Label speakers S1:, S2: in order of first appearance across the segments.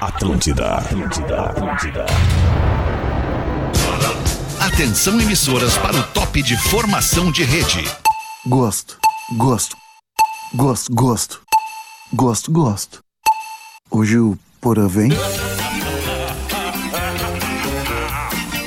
S1: Atlântida, Atlântida, Atlântida.
S2: Atenção emissoras para o top de formação de rede.
S3: Gosto, gosto, gosto, gosto, gosto, gosto. Hoje o Porã vem.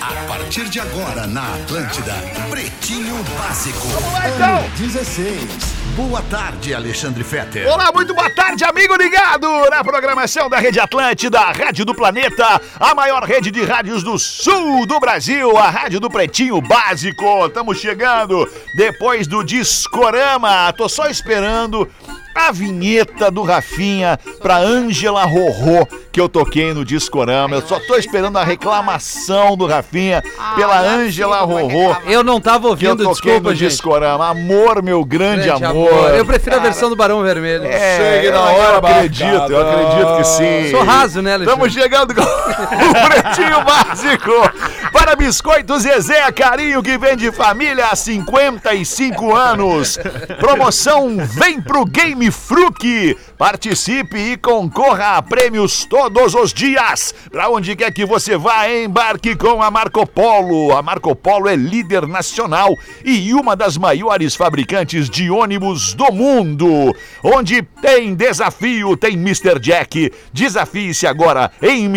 S2: A partir de agora na Atlântida, Pretinho Básico.
S4: então!
S2: 16. Boa tarde, Alexandre Fetter.
S4: Olá, muito boa tarde, amigo ligado na programação da Rede Atlântida, a Rádio do Planeta, a maior rede de rádios do sul do Brasil, a Rádio do Pretinho Básico. Estamos chegando depois do Discorama. Tô só esperando a vinheta do Rafinha pra Ângela Rorô que eu toquei no Discorama. Eu só tô esperando a reclamação do Rafinha pela Ângela Rorô.
S5: Eu não tava
S4: Que eu
S5: ouvindo,
S4: toquei
S5: desculpa,
S4: no
S5: gente.
S4: Discorama. Amor, meu grande,
S5: Grande
S4: amor.
S5: Eu prefiro a versão do Barão Vermelho.
S4: É,
S6: Chegue na
S4: eu
S6: hora,
S4: acredito, eu acredito que sim.
S5: Sou raso, né, Alexandre?
S4: Estamos chegando com o Pretinho Básico. Para Biscoito Zezé, carinho que vem de família há 55 anos. Promoção Vem pro Game Fruc. Participe e concorra a prêmios todos os dias. Para onde quer que você vá, embarque com a Marco Polo. A Marco Polo é líder nacional e uma das maiores fabricantes de ônibus do mundo. Onde tem desafio, tem Mr. Jack. Desafie-se agora em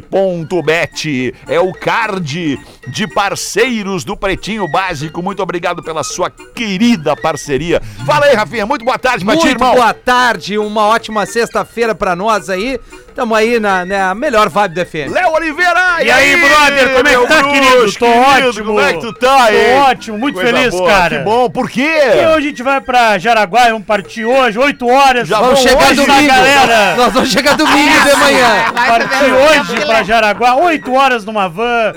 S4: MrJack.bet. É o card de parceiros do Pretinho Básico. Muito obrigado pela sua querida parceria. Fala aí, Rafinha. Muito boa tarde, pra ti,
S5: Muito
S4: irmão.
S5: boa tarde, uma ótima sexta-feira pra nós aí. Tamo aí na, na melhor vibe do FM.
S4: Léo Oliveira!
S6: E aí, brother, como é que
S4: meu
S6: tá, querido? Tô ótimo.
S4: Como é que tu tá,
S6: Tô
S4: hein?
S6: ótimo, muito
S4: Coisa
S6: feliz,
S4: boa,
S6: cara.
S4: Que bom, por quê?
S6: E hoje a gente vai pra Jaraguá, vamos partir hoje, 8 horas.
S4: Já
S5: Vamos
S4: Bom,
S5: chegar
S6: hoje,
S5: domingo.
S6: galera.
S5: Nós vamos chegar domingo de manhã.
S6: Partir hoje pra Jaraguá, 8 horas numa van.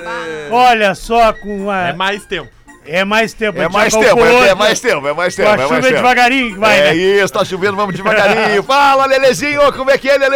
S6: Olha só, com a...
S7: É mais tempo.
S6: é mais tempo. a
S4: É
S6: gente
S4: mais
S6: já
S4: tempo,
S6: calculou,
S4: é, é
S6: né?
S4: mais tempo, é mais
S6: Com
S4: tempo.
S6: a
S4: é mais
S6: chuva é
S4: tempo.
S6: devagarinho que vai,
S4: é
S6: né?
S4: isso, tá chovendo, vamos devagarinho. Fala, Lelezinho, como é que é, Lele?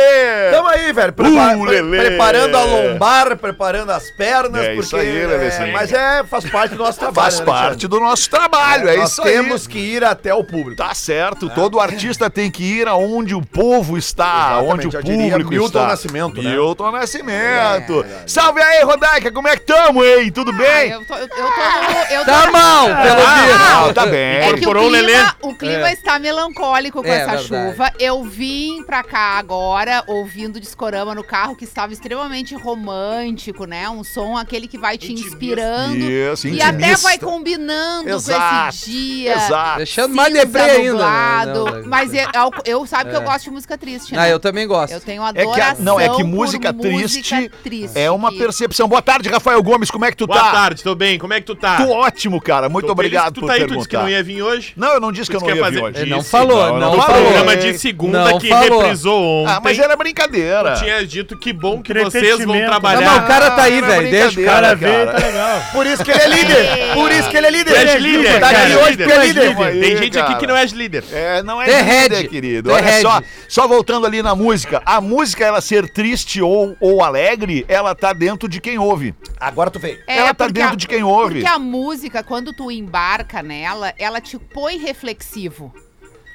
S8: Tamo aí, velho.
S4: Uh,
S8: Prepa pre-
S4: Lelê.
S8: preparando a lombar, preparando as pernas,
S4: É
S8: porque.
S4: isso aí, Lelê,
S8: é,
S4: sim.
S8: mas é, faz parte do nosso trabalho.
S4: Faz
S8: né,
S4: parte
S8: Alexandre?
S4: do nosso trabalho, é,
S8: Nós
S4: isso aí.
S8: temos que ir até o público. É.
S4: Tá certo, todo artista tem que ir aonde o povo está,
S8: Exatamente,
S4: onde o
S8: eu diria
S4: público
S8: Milton
S4: está.
S8: Nascimento, né? É,
S4: Milton Nascimento. Salve aí, Rodaica, como é que tamo, hein? Tudo
S9: Ah,
S4: bem?
S9: Eu tô, eu, eu tô no- eu tô-
S5: Tá mal, pelo
S4: Ah,
S5: visto.
S4: não, tá bem.
S9: É que o
S7: Incorporou o Lelê.
S9: clima, o clima
S5: É.
S9: está melancólico com
S5: É,
S9: essa
S5: verdade.
S9: chuva. Eu vim pra cá agora ouvindo discorama no carro, que estava extremamente romântico, né? Um som aquele que vai te inspirando.
S4: Isso,
S9: E até vai
S4: intimista.
S9: combinando com
S4: Exato,
S9: esse dia.
S4: Exato.
S5: Deixando mais
S9: cinza,
S5: deprê ainda. né?
S9: nublado.
S5: Não,
S9: mas eu, eu, eu- sabe que eu
S5: É.
S9: gosto de música triste,
S5: não,
S9: né?
S5: eu também gosto. Tá
S9: Eu tenho
S4: que a-
S9: adoração
S4: não, é que
S9: por
S4: música triste
S9: triste.
S4: É uma
S9: que-
S4: percepção. Boa tarde, Rafael Gomes, como é que tu
S7: Boa
S4: tá?
S7: tarde, tô bem. Como é que tu tá?
S4: Tô ótimo, cara. Muito
S7: Tô
S4: obrigado
S7: feliz que
S4: por
S7: tu tá aí, tu disse que
S4: perguntar.
S7: não ia vir hoje.
S4: Não, eu não disse que eu não
S7: Tu disse
S4: ia
S7: que
S4: vir
S7: ia fazer-
S4: hoje.
S5: Ele não
S7: Disse,
S5: falou,
S4: não,
S5: não,
S4: não
S7: O
S4: falou.
S5: falou.
S7: programa de segunda
S5: Não
S7: que
S5: falou.
S7: reprisou ontem.
S4: Ah, mas era brincadeira.
S7: Tinha dito que bom que vocês vão
S6: Entretenimento.
S5: Não,
S7: trabalhar.
S5: mas o cara tá aí,
S4: Era
S5: velho. Deixa o
S4: Ah, brincadeira,
S5: cara.
S6: Cara, vê,
S4: cara.
S6: tá legal.
S8: Por isso que ele é líder. Por isso que ele é líder.
S7: Tu és líder,
S8: Tá
S7: cara.
S8: aqui hoje porque é líder.
S4: Vamos aí,
S7: Tem gente
S4: cara.
S7: aqui que não é líder.
S4: É, não é
S5: The
S4: líder,
S5: Head.
S4: querido.
S5: The
S4: Olha
S5: Head.
S4: só, só voltando ali na música. A música, ela ser triste ou, ou alegre, ela tá dentro de quem ouve.
S8: Agora tu veio.
S4: Ela tá
S9: É, porque
S4: dentro de quem ouve.
S9: Porque a música, quando tu embarca nela, ela te põe reflexivo.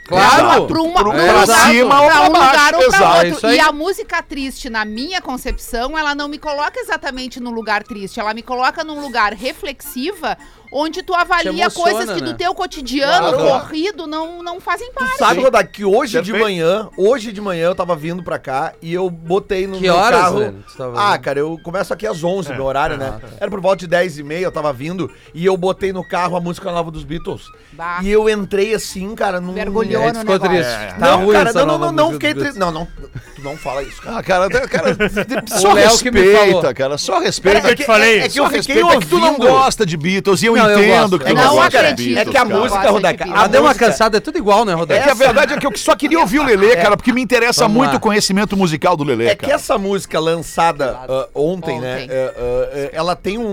S5: Claro.
S9: Pra uma,
S4: Pro-
S9: pra um
S5: pra
S9: lugar,
S4: cima ou
S9: pra
S4: pra
S9: um
S4: baixo,
S9: lugar ou pra
S4: exato.
S5: É isso
S9: outro.
S5: aí.
S9: E a música triste, na minha concepção, ela não me coloca exatamente num lugar triste. Ela me coloca num lugar reflexiva, onde tu avalia
S5: emociona,
S9: coisas que
S5: né?
S9: do teu cotidiano
S8: Claro.
S9: corrido não, não fazem parte.
S8: Sabe, Rodak, que hoje de
S4: Perfeito.
S8: manhã, hoje de manhã eu tava vindo pra cá e eu botei no
S5: Que
S8: meu
S5: horas,
S8: carro.
S5: velho, tu tava
S8: ah,
S5: vindo? Ah, tá.
S8: cara, eu começo aqui às 11,
S4: É.
S8: meu horário, né? Era por volta de 10 e meia, eu tava vindo e eu botei no carro a música nova dos Beatles.
S9: Bah.
S8: E eu entrei assim, cara, num...
S9: Mergulhou
S5: Aí
S9: no
S5: ficou
S9: negócio.
S5: triste.
S4: É.
S5: Tá
S8: não,
S5: ruim
S8: cara,
S5: essa
S8: não, não,
S5: nova
S8: não, não
S5: música
S8: fiquei
S5: do Beatles.
S8: triste. Não, não, tu não fala isso, cara.
S4: Ah, cara, cara só
S5: O Léo que me
S4: respeita,
S5: falou.
S4: cara, só respeita.
S6: Cara, é que eu te falei.
S4: É que eu fiquei ouvindo. É que tu não gosta de Beatles e eu
S5: Não, eu
S4: entendo
S5: gosto.
S4: que tu
S8: É
S4: não
S8: que
S4: gosta
S8: a
S4: de
S8: música-
S4: Beatles,
S8: é que a
S4: cara.
S8: música,
S9: Gosta de
S8: Rodaica,
S9: Beatles.
S8: a
S5: Ah, deu uma
S8: música-
S5: cansada, é tudo igual, né,
S4: É
S5: Rodrigo?
S4: que a verdade é que eu só queria ouvir o Lelê, cara, porque me interessa
S5: Vamos
S4: muito
S5: lá.
S4: o conhecimento musical do Lelê,
S8: É que
S4: cara.
S8: essa música lançada ah, ontem, né?
S9: Ontem.
S8: ah, ah, ela tem um, um-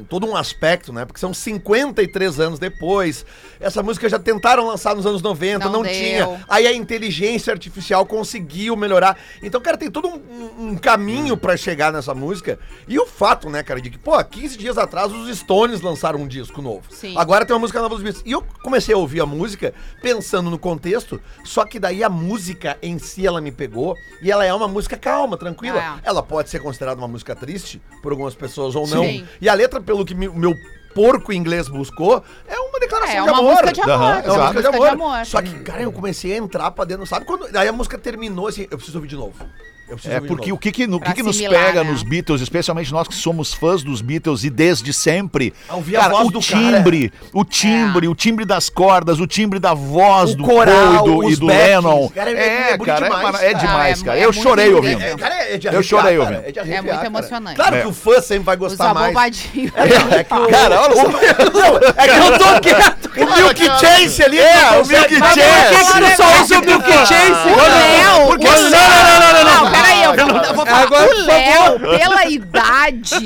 S8: um- todo um aspecto, né? Porque são 53 anos depois. Essa música já tentaram lançar nos anos 90,
S9: Não
S8: não,
S9: deu.
S8: tinha. Aí a inteligência artificial conseguiu melhorar melhorar. Então, cara, tem todo um, um- um caminho pra chegar nessa música. E o fato, né, cara, de que, pô, há 15 dias atrás os Stones lançaram um disco novo.
S9: Sim.
S8: Agora tem uma música nova dos Beatles. E eu comecei a ouvir a música pensando no contexto, só que daí a música em si ela me pegou e ela é uma música calma, tranquila.
S9: Ah.
S8: Ela pode ser considerada uma música triste por algumas pessoas ou não.
S9: Sim.
S8: E a letra, pelo que me- o meu porco inglês buscou, é uma declaração
S9: É, é
S8: de
S9: uma
S8: amor.
S9: música de amor.
S8: Aham,
S9: É uma música de amor.
S8: Só que, cara, eu comecei a entrar pra dentro, sabe? Quando, daí a música terminou assim, eu preciso ouvir de novo. Eu preciso
S4: É
S8: ouvir de
S4: porque o
S8: novo.
S4: que, que, no- o
S9: Pra
S4: que, que nos
S9: assimilar,
S4: pega
S9: né?
S4: nos Beatles, especialmente nós que somos fãs dos Beatles e desde sempre,
S8: A ouvir a voz
S4: o
S8: do cara. é.
S4: timbre, o timbre,
S9: É.
S4: o timbre das cordas, o timbre da voz
S8: O
S4: do
S8: coral,
S4: Paul e do, e
S8: os
S4: do
S8: backings,
S4: Lennon.
S8: cara, é- é
S4: é,
S8: bonito
S4: cara, é
S8: demais,
S4: mara- é
S8: cara.
S4: demais,
S9: Ah, é-
S4: cara.
S9: é
S4: Eu
S9: muito
S4: chorei
S9: incrível.
S4: ouvindo.
S8: É, cara, é de
S4: Eu
S8: arrepiar,
S4: chorei
S8: cara,
S4: ouvindo.
S8: É, de
S9: É
S8: arrepiar,
S9: muito
S8: cara.
S9: emocionante.
S8: Claro que o fã sempre vai
S9: Os
S8: gostar mais.
S9: abobadinhos.
S8: É que o-
S4: Cara, olha só.
S8: É que eu tô quieto. O Milk Chance ali. É, o Milk
S4: Mas por que que
S8: Chance.
S5: só usa o Milk
S9: O Léo,
S4: porque-
S9: o
S4: Não, não,
S9: Léo-
S4: não, não, não, não.
S9: peraí, eu vou, eu vou falar.
S5: Agora,
S9: o
S5: por
S9: Léo, pela idade,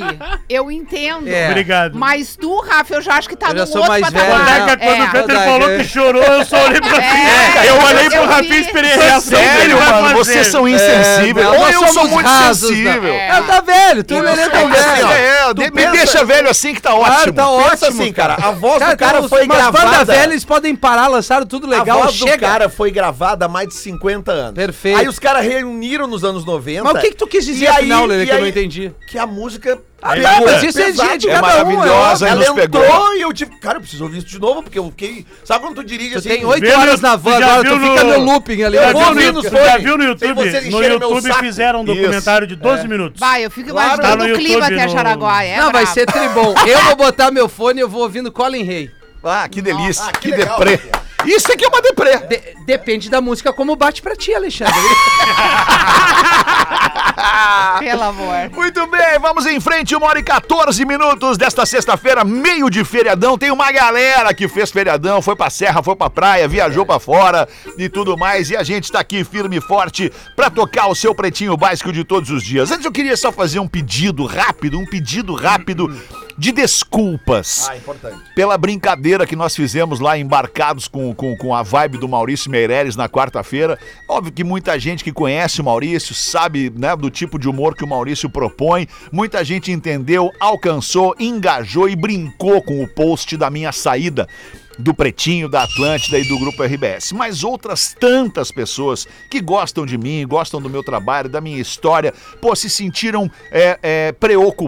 S9: eu entendo.
S5: É.
S6: Obrigado.
S9: Mas tu, Rafa, eu já acho que tá
S5: Eu
S9: num
S5: já sou
S9: outro
S5: mais velho.
S9: patamar.
S6: Boneca, quando o
S9: É.
S6: Peter
S5: Verdade,
S6: falou
S5: é.
S6: que chorou, eu só olhei pra
S9: É.
S6: ti.
S9: Eu
S6: olhei
S9: vi.
S6: a reação que ele
S4: É Sério,
S6: vai
S4: mano,
S6: fazer.
S4: vocês são insensíveis.
S5: É,
S4: Ou
S5: nós
S4: eu sou
S5: somos
S4: muito
S5: rasos,
S4: sensível. É,
S5: né? É, tá velho, tu e o Lelê tão velho.
S4: é, de- me deixa velho assim que tá ótimo.
S5: tá ótimo.
S8: Pensa assim, cara. A voz do cara
S5: os-
S8: foi
S5: mas
S8: gravada.
S5: banda velha, eles podem parar, lançaram tudo legal,
S8: a voz
S5: chega.
S8: do cara foi gravada há mais de 50 anos.
S5: Perfeito.
S8: Aí os caras reuniram nos anos 90.
S5: Mas o que que tu quis dizer
S8: E aí-
S5: afinal, Lelê,
S8: e
S5: que eu não
S8: aí-
S5: entendi?
S8: Que a música.
S5: Ah,
S8: pegou,
S5: tá, mas isso é
S8: pesado.
S5: gente de
S4: é
S5: cada um, é
S4: maravilhosa,
S5: óbvio.
S4: Aí
S8: Ela
S4: nos
S8: entrou
S4: pegou.
S8: e eu tipo, cara, eu preciso ouvir isso de novo, porque eu fiquei. Sabe quando tu dirige
S5: Tu
S8: assim?
S5: tem oito
S6: Viu,
S5: horas na
S6: tu
S5: van
S6: já
S5: agora, tu
S6: viu
S5: fica
S6: no-
S5: no looping ali.
S8: Já
S5: ó.
S6: Já
S8: Eu vou
S6: viu no
S8: ouvindo
S6: YouTube?
S8: os
S6: Já
S8: fone.
S6: viu no
S8: Sem vocês
S6: YouTube? No
S8: encherem meu
S6: YouTube
S8: saco.
S6: fizeram um
S4: Isso.
S6: documentário de 12 minutos.
S9: Vai, eu fico
S8: Claro.
S9: imaginando
S6: Tá no
S9: o clima
S6: YouTube,
S9: até
S6: no-
S9: Jaraguá. É
S5: Não, vai
S9: brabo.
S5: ser tribom. Eu vou botar meu fone e eu vou ouvindo Colin Hay.
S4: Ah, que delícia.
S8: Ah, que
S4: que
S8: legal,
S4: deprê. Isso aqui é uma deprê.
S5: De- depende da música como bate pra ti, Alexandre.
S9: Pelo amor.
S4: Muito bem, vamos em frente, uma hora e 14 minutos desta sexta-feira, meio de feriadão. Tem uma galera que fez feriadão, foi pra serra, foi pra praia, viajou pra fora e tudo mais. E a gente tá aqui firme e forte pra tocar o seu pretinho básico de todos os dias. Antes eu queria só fazer um pedido rápido, um pedido rápido de desculpas
S8: Ah, importante.
S4: pela brincadeira que nós fizemos lá embarcados com, com, com a vibe do Maurício Meireles na quarta-feira. Óbvio que muita gente que conhece o Maurício sabe né, do tipo de humor que o Maurício propõe. Muita gente entendeu, alcançou, engajou e brincou com o post da minha saída. Do Pretinho, da Atlântida e do Grupo RBS, mas outras tantas pessoas que gostam de mim, gostam do meu trabalho, da minha história, pô, se sentiram é, é,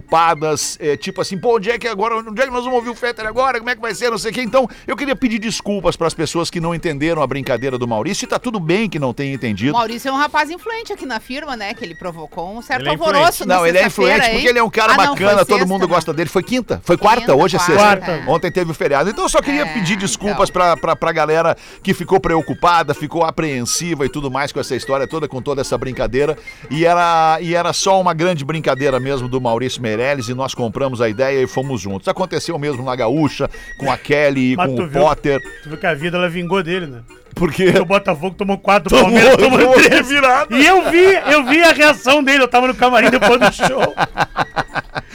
S4: preocupadas, é, tipo assim, pô, onde é que agora, onde é que nós vamos ouvir o Fetter agora? Como é que vai ser? Não sei o quê. Então, eu queria pedir desculpas para as pessoas que não entenderam a brincadeira do Maurício e tá tudo bem que não tenha
S9: O
S4: entendido.
S9: Maurício é um rapaz influente aqui na firma, né? Que ele provocou um certo
S7: Ele é
S9: alvoroço na
S4: Não, ele é
S9: sexta-feira,
S4: influente
S9: hein?
S4: porque ele é um cara
S9: Ah, não,
S4: bacana,
S9: foi
S4: todo
S9: sexta,
S4: mundo
S9: né?
S4: gosta dele. Foi quinta? Foi quarta?
S9: Quinta,
S4: hoje é
S9: quarta.
S4: sexta.
S9: Quarta.
S4: Ontem teve o feriado. Então eu só queria
S9: É,
S4: pedir desculpas
S9: então.
S4: pra, pra, pra galera que ficou preocupada, ficou apreensiva e tudo mais com essa história toda, com toda essa brincadeira. E era, e era só uma grande brincadeira mesmo do Maurício Meirelles e nós compramos a ideia e fomos juntos. Aconteceu mesmo na Gaúcha, com a Kelly e
S6: Mas
S4: com
S6: tu
S4: o
S6: viu?
S4: Potter.
S6: Tu viu que a vida ela vingou dele, né?
S4: Porque.
S6: O Botafogo tomou 4, o Palmeiras tomou,
S4: tomou
S6: 3. E eu vi, eu vi a reação dele, eu tava no camarim depois do show.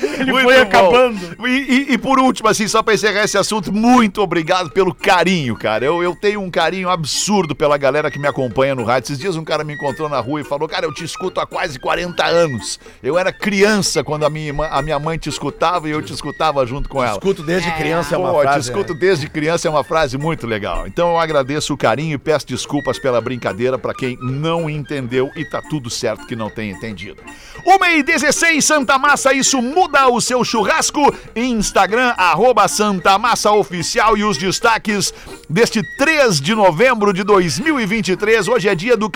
S6: Ele
S4: Muito
S6: foi
S4: bom.
S6: acabando.
S4: E, e- e por último, assim, só pra encerrar esse assunto, muito obrigado pelo carinho, cara. Eu, eu tenho um carinho absurdo pela galera que me acompanha no rádio. Esses dias um cara me encontrou na rua e falou: Cara, eu te escuto há quase 40 anos. Eu era criança quando a minha, irmã- a minha mãe te escutava e eu te escutava junto com ela.
S8: Escuto desde criança é uma
S4: Pô, te
S8: frase,
S4: escuto
S8: né?
S4: desde criança, é uma frase muito legal. Então eu agradeço o carinho e peço desculpas pela brincadeira pra quem não entendeu e tá tudo certo que não tenha entendido. 1 e 16, Santa Massa, isso muda o seu churrasco. Instagram, arroba Santa Massa Oficial e os destaques deste 3 de novembro de 2023. Hoje é dia do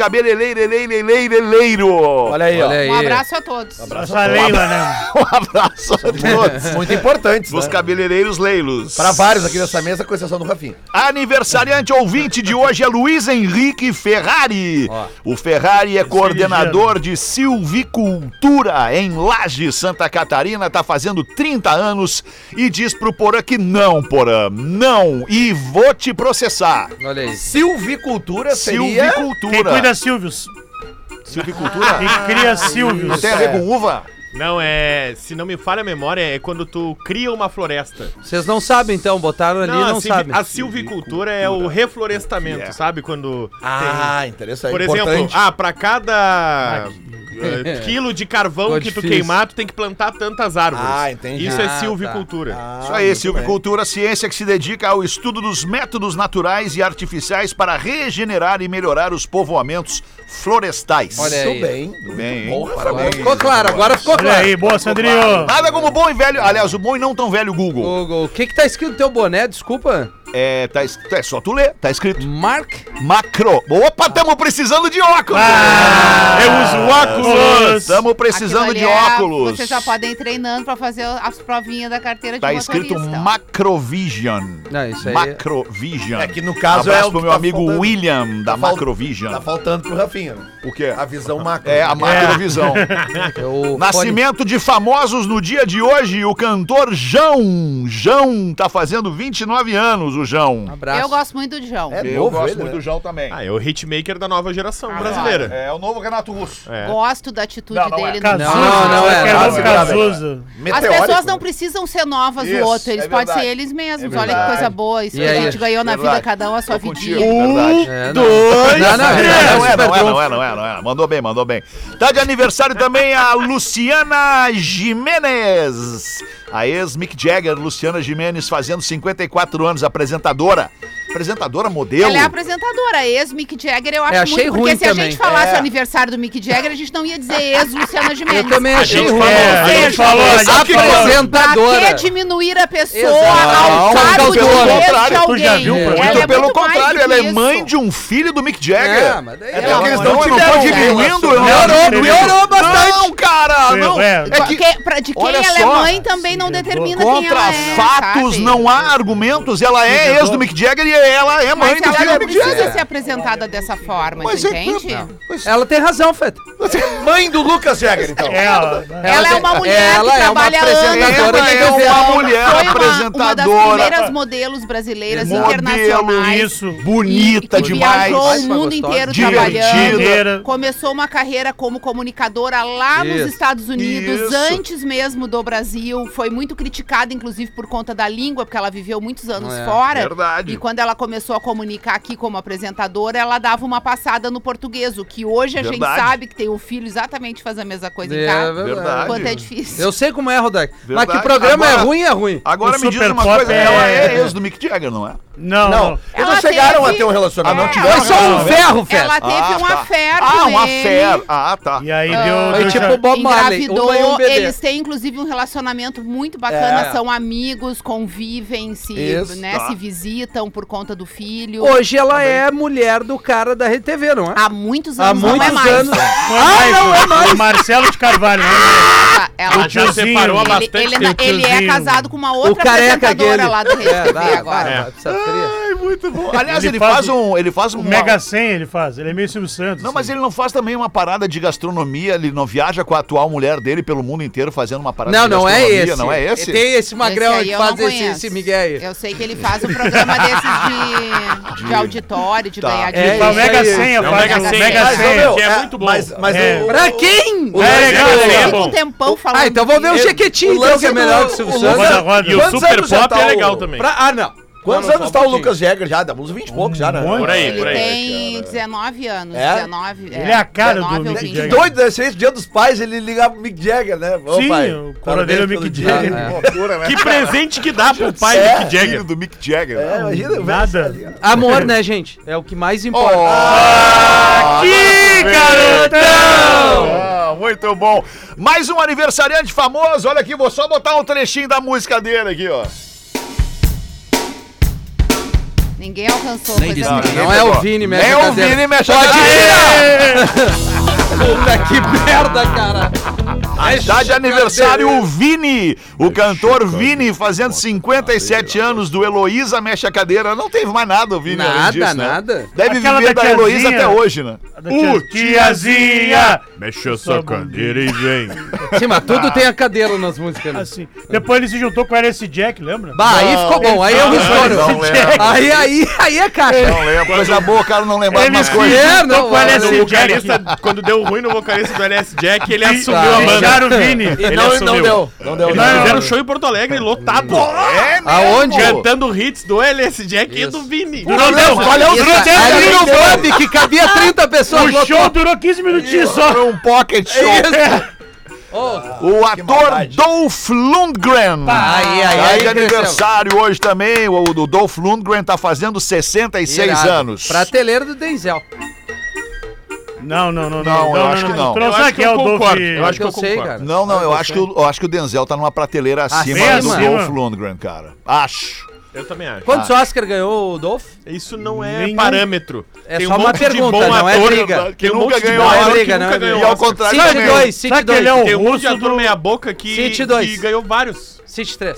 S4: cabeleireiro.
S8: Olha aí, ó.
S5: Olha aí.
S9: Um abraço a todos.
S6: Essa Leila, né?
S4: Um abraço a todos.
S8: Muito importante,
S4: Dos
S8: né?
S4: cabeleireiros leilos.
S8: Pra vários aqui nessa mesa, com exceção do Rafinha.
S4: Aniversariante ouvinte de hoje é Luiz Henrique Ferrari. O Ferrari é coordenador de silvicultura em Laje, Santa Catarina, tá fazendo 30 anos e diz pro Porã que não, Porã, não, e vou te processar.
S5: Olha aí.
S8: Silvicultura seria...
S4: Silvicultura.
S6: Quem cuida é Silvius.
S4: Silvicultura?
S5: Ah,
S6: Quem cria é Silvius.
S4: Não tem a ver com uva?
S7: Não, é. Se não me falha a memória, é quando tu cria uma floresta.
S5: Vocês não sabem, então. Botaram ali e não,
S7: a,
S8: assim,
S7: silvi-
S5: sabem.
S7: a silvicultura é o reflorestamento, sabe? Quando.
S8: Ah, interessante.
S7: tem- por exemplo, ah, pra cada. eh, quilo de carvão
S5: Ficou
S7: que tu
S5: difícil.
S7: queimar, tu tem que plantar tantas árvores.
S8: Ah, entendi.
S7: Isso
S5: Ah,
S7: é
S5: tá.
S7: silvicultura.
S4: Isso aí, silvicultura, ciência que se dedica ao estudo dos métodos naturais e artificiais para regenerar e melhorar os povoamentos florestais.
S5: Olha aí.
S8: Muito bem.
S4: bem, hein?
S8: Muito bom,
S5: Agora
S8: parabéns.
S5: ficou claro, agora ficou
S6: Olha
S5: claro.
S6: aí, boa, Sandrinho.
S4: Nada como bom e velho, aliás, o bom e não tão velho Google.
S5: Google, o que que tá escrito no teu boné? Desculpa.
S4: É, tá, es- é só tu ler, tá escrito.
S5: Mark?
S4: Macro. Opa, tamo precisando de óculos.
S5: Ah,
S4: Ah,
S6: Eu uso óculos.
S4: Tamo precisando de
S9: Aquilo ali é-
S4: óculos.
S9: Vocês já podem ir treinando pra fazer as provinhas da carteira de
S4: Tá escrito
S9: motorista.
S4: Macrovision.
S5: Não, isso aí- é-
S4: Macrovision.
S8: É que no caso
S4: Abraço
S8: é o
S4: pro
S8: que
S4: meu
S8: tá
S4: amigo
S8: faltando.
S4: William, da
S8: Tá fal-
S4: Macrovision.
S8: Tá faltando pro Rafinha.
S4: O quê?
S8: A visão macro.
S4: É, a macrovisão.
S5: É o
S4: Nascimento de famosos no dia de hoje, o cantor João. João tá fazendo 29 anos, o João.
S5: fone. Um Abraço.
S9: Eu gosto muito de João.
S8: É
S4: Eu
S8: novo
S4: gosto
S8: ele,
S4: muito
S8: né?
S4: do João também.
S7: Ah, é o hitmaker da nova geração
S6: Ah.
S7: brasileira.
S4: É o novo Renato Russo.
S7: É.
S9: Gosto da atitude
S4: Não, é não
S9: dele. no
S6: Cazuza.
S5: Não, não é,
S6: eu quero
S5: não,
S6: novo
S5: é.
S6: Cazuza.
S9: As
S8: Meteórico.
S9: pessoas não precisam ser novas
S4: Isso,
S9: do outro, eles
S4: é
S9: podem
S4: verdade.
S9: ser eles mesmos.
S4: É
S9: Olha que
S4: verdade.
S9: coisa boa isso
S5: E
S9: que a
S5: aí,
S9: gente ganhou na
S4: verdade.
S9: vida, cada um a sua
S4: Tô contigo,
S9: vidinha.
S4: verdade.
S5: É, não. Dois, não, não,
S4: Não,
S5: é,
S4: não é, não é, não é,
S5: é.
S4: não é, não é. Mandou bem, mandou bem. Tá de aniversário também a Luciana Jimenez. A ex-Mick Jagger, Luciana Jimenez, fazendo 54 anos, apresentadora. Apresentadora, modelo.
S9: Ela é apresentadora, ex-Mick Jagger, eu acho
S5: É, achei
S9: muito, porque
S5: ruim
S9: se a
S5: também.
S9: gente falasse
S8: É.
S9: o aniversário do Mick Jagger, a gente não ia dizer ex-Luciana Gimenez.
S5: Eu também achei
S7: gente
S5: ruim.
S7: falou,
S6: É, a gente falou, a gente falou.
S9: Pra que
S5: Apresentadora.
S9: diminuir a pessoa
S5: Exato.
S9: ao
S5: Não,
S9: cargo de
S5: pelo
S9: mulher de
S4: contrário,
S6: tu já
S9: alguém?
S6: viu o programa?
S9: Ela
S4: Muito
S9: é
S4: pelo
S9: muito mais
S4: contrário,
S9: do
S4: ela
S9: que
S4: é
S9: isso.
S4: mãe de um filho do Mick Jagger.
S5: É, mas daí-
S4: Pelo
S8: porque eles
S4: amor
S8: não
S4: de
S8: tiveram
S4: Deus,
S8: dinheiro.
S4: diminuindo, eu não
S5: Melhorou, melhorou bastante.
S4: Não, cara, não.
S6: É,
S4: É que-
S9: Que- pra- de quem
S4: olha
S9: ela é
S4: só.
S9: mãe também não determina quem
S4: Contra
S9: ela é.
S4: fatos,
S9: sabe?
S4: não há argumentos. Ela é ex do Mick Jagger e ela é mãe
S9: Mas
S4: do
S9: ela
S4: filho
S9: não
S4: do Mick
S9: precisa
S4: Jagger.
S9: ser apresentada dessa forma,
S4: Mas
S9: tu
S4: é que-
S9: entende?
S5: Ela tem razão, Feta.
S8: Mãe do Lucas Jagger, então.
S6: É, ó,
S9: Ela é uma mulher
S5: ela
S9: que
S5: é uma
S9: trabalha
S5: apresentadora
S9: anos,
S5: de
S9: entendeu?
S5: televisão.
S4: Uma mulher
S9: Foi Uma das
S4: apresentadora.
S9: primeiras modelos brasileiras
S4: Modelo,
S9: internacionais.
S6: isso.
S4: Bonita
S9: e que
S4: demais.
S9: Viajou o
S5: Ótima,
S9: mundo
S5: gostosa.
S9: inteiro
S4: Divertida.
S9: trabalhando.
S6: Carreira.
S9: Começou uma carreira como comunicadora lá
S5: Isso.
S9: nos Estados Unidos,
S4: Isso.
S9: antes mesmo do Brasil. Foi muito criticada, inclusive, por conta da língua, porque ela viveu muitos anos
S5: É,
S9: fora.
S4: verdade.
S9: E quando ela começou a comunicar aqui como apresentadora, ela dava uma passada no português, o que hoje a
S4: Verdade.
S9: gente sabe que tem um filho exatamente faz a mesma coisa em
S5: É
S9: casa.
S4: Verdade.
S5: verdade.
S9: Quanto é difícil.
S5: Eu sei como é, Rodak. Mas
S4: Verdade.
S5: que programa é
S4: Agora-
S5: ruim, é ruim.
S4: Agora
S6: O
S4: me diz
S6: Super
S4: uma
S6: Pop
S4: coisa,
S6: é-
S4: ela é ex do Mick Jagger, não é?
S6: Não,
S8: Não,
S6: não.
S8: eles não
S9: Ela
S8: chegaram
S9: teve-
S8: a ter um relacionamento.
S9: É,
S5: Foi só um ferro, Feta.
S9: Ela teve
S4: Ah,
S9: um
S4: tá.
S9: affair
S4: Ah,
S9: com
S4: uma
S9: ele.
S4: fé. Ah, tá.
S6: E aí deu...
S5: Foi
S6: deu
S5: tipo
S6: já-
S5: o Bob Marley.
S9: engravidou,
S5: Um ganhou um bebê.
S9: eles têm inclusive um relacionamento muito bacana,
S5: É. tá.
S9: são amigos, convivem, se,
S8: Isso,
S9: né, se visitam por conta do filho.
S5: Hoje ela é mulher do cara da RTV, não é?
S9: Há muitos
S5: Há
S9: anos não é
S5: muitos
S9: mais.
S5: anos.
S6: Foi
S5: Ah, não é
S6: foi
S5: mais. Ah,
S6: Marcelo de Carvalho, né?
S9: Tá, Ela,
S7: Ela já
S6: tiozinho.
S7: separou há
S6: Ele-
S7: bastante
S9: ele, ele,
S7: tempo.
S9: ele é
S6: tiozinho.
S9: casado com uma
S5: O
S9: outra
S5: careca
S9: apresentadora
S5: aquele.
S9: lá do Rede
S5: É, vai,
S9: agora.
S5: vai, vai, precisa fria.
S4: Aliás, ele,
S6: Ele
S4: faz,
S6: faz
S4: um. Ele faz um.
S6: O Mega 100 ele faz, ele é meio Silvio Santos.
S4: Não, mas
S6: assim.
S4: ele não faz também uma parada de gastronomia, ele não viaja com a atual mulher dele pelo mundo inteiro fazendo uma
S8: Ah.
S4: parada
S5: Não,
S4: de
S5: não é
S4: gastronomia,
S5: esse.
S4: não é esse?
S5: Tem esse magrão
S9: Esse aí
S5: aí que
S9: eu
S5: faz
S9: não
S5: esse,
S9: conheço.
S5: esse Miguel aí.
S9: Eu sei que ele faz um programa desses de, de auditório, de
S4: Tá.
S9: ganhar
S5: É,
S9: dinheiro.
S6: Ele faz o
S5: isso
S6: Mega
S5: aí.
S6: 100,
S7: É o
S6: faz
S7: Mega
S6: o
S7: Senha.
S6: Mega
S7: Mas,
S8: Mas, ô,
S6: 100.
S8: meu,
S7: Que é
S8: é-
S7: muito bom.
S8: Mas, mas
S6: É.
S8: o-
S5: Pra quem?
S8: o-
S7: É, legal,
S9: Eu
S7: é
S9: fico
S7: bom.
S9: um tempão falando.
S5: Ah, então vou ver o
S9: disso.
S5: Jequiti,
S8: o
S5: então, que é
S8: lance
S5: melhor
S8: do-
S5: que o Silvio
S8: o lance-
S5: Santos.
S6: Roda, roda.
S7: E o
S5: Quantos
S7: Super
S5: anos já
S7: Pop
S5: tá
S7: é
S5: o-
S7: legal também.
S5: Pra- Ah, não.
S8: Quantos anos tá o Lucas Jagger já? Dá uns 20 e poucos já, né?
S6: Um monte.
S7: Por aí,
S9: Ele
S7: por aí.
S9: tem 19 anos.
S8: É?
S9: 19,
S6: Ele é a cara do
S9: 19 ou
S6: Mick
S9: 20.
S8: Que
S6: Jagger.
S8: doido, né? Esse dia dos pais, ele ligava pro Mick Jagger, né? Ô,
S6: Sim,
S8: pai,
S6: o coro
S8: parabéns
S6: dele é o Mick
S8: pelo dia.
S6: Jagger.
S7: Que presente que dá pro pai
S8: É.
S7: do Mick Jagger.
S4: né? Filho do Mick Jagger.
S8: É, imagina. velho,
S6: Nada.
S8: tá ligado?
S5: Amor, né, gente? É o que mais importa. Ah,
S6: Ih, garotão!
S4: Ah, muito bom. Mais um aniversariante famoso. Olha aqui, vou só botar um trechinho da música dele aqui, ó.
S9: Ninguém alcançou coisa
S5: disse
S9: nenhuma.
S5: nada. Não é o Vini, mexe
S4: mexe É
S5: a
S4: o
S5: cadeira.
S4: Vini, mexe a
S5: Pode
S4: cadeira.
S5: Puta que merda, cara.
S4: Tá de aniversário o Vini, o cantor Vini, fazendo 57 anos do Heloísa Mexe a Cadeira. Não teve mais nada o Vini além
S5: Nada,
S4: disso, né?
S5: nada.
S4: Deve
S6: Aquela
S4: viver
S6: da
S4: da Heloísa
S6: tiazinha.
S4: até hoje, né?
S6: Uh, tiazinha!
S7: Mexe essa cadeira e vem.
S5: Sim, mas tudo tem a cadeira nas músicas. Né?
S6: Assim. Depois ele se juntou com o RS Jack, lembra?
S5: Bah, aí ficou bom, aí eu
S4: não,
S5: estouro.
S4: não lembro.
S5: Aí, aí, aí é caixa.
S4: Não lembro. Coisa boa, o cara não lembrar
S6: Ele
S4: umas
S6: se
S4: coisas.
S5: É,
S6: juntou
S5: não,
S6: com o
S5: olha,
S7: O
S6: LS Jack.
S7: vocalista, quando deu ruim no vocalista do LS Jack, ele assumiu
S5: Tá,
S9: é
S7: a banda.
S6: Deixaram o Vini.
S7: Ele
S8: não, não
S7: assumiu.
S8: deu. Não deu.
S7: Eles
S8: não.
S7: fizeram show em Porto Alegre lotado. É,
S5: Aonde?
S7: Cantando hits do LS Jack e do Vini.
S6: Não deu,
S8: olha o
S5: Durante
S8: Durante-
S5: ali
S8: Ali
S5: no
S8: deu.
S5: pub que cabia 30 pessoas.
S6: O
S5: lotou.
S6: show durou 15 minutinhos só.
S4: um pocket show. É. O ator Dolph Lundgren.
S5: Aí, aí,
S4: Tá
S5: aí,
S4: de
S5: cresceu.
S4: aniversário hoje também. O, o Dolph Lundgren tá fazendo 66
S5: Irado.
S4: anos.
S5: Prateleira do Denzel.
S6: Não, não, não.
S4: Não, eu acho que não.
S6: Tu
S7: Eu
S6: não
S7: acho
S6: sabe
S7: que
S6: que é
S7: eu
S6: o Dolph.
S7: concordo. Eu acho-
S5: que eu sei,
S7: concordo.
S5: cara.
S4: Não, não, eu acho, que, o- eu acho que o Denzel tá numa prateleira acima,
S5: Acima?
S4: do Dolph Lundgren, cara. Acho.
S7: Eu também acho.
S5: Quantos Oscar ganhou o Dolph?
S7: Isso não é
S6: Nenhum.
S7: parâmetro. um
S5: É só uma
S7: monte de
S5: pergunta,
S7: bom
S5: não é
S7: ator
S5: briga.
S7: Tem um
S4: Nunca
S7: monte de
S4: ganhou
S7: bom
S4: Oscar,
S7: ator que
S5: briga, não
S7: nunca
S5: é
S7: ganhou
S4: E ao
S7: Oscar.
S4: contrário,
S5: City
S4: também.
S5: 2, City
S6: Sabe que ele é
S5: 2,
S6: o
S7: Tem um monte de
S6: russo
S7: ator
S6: do...
S7: meia boca que,
S5: City dois.
S7: que ganhou vários.
S5: City 3.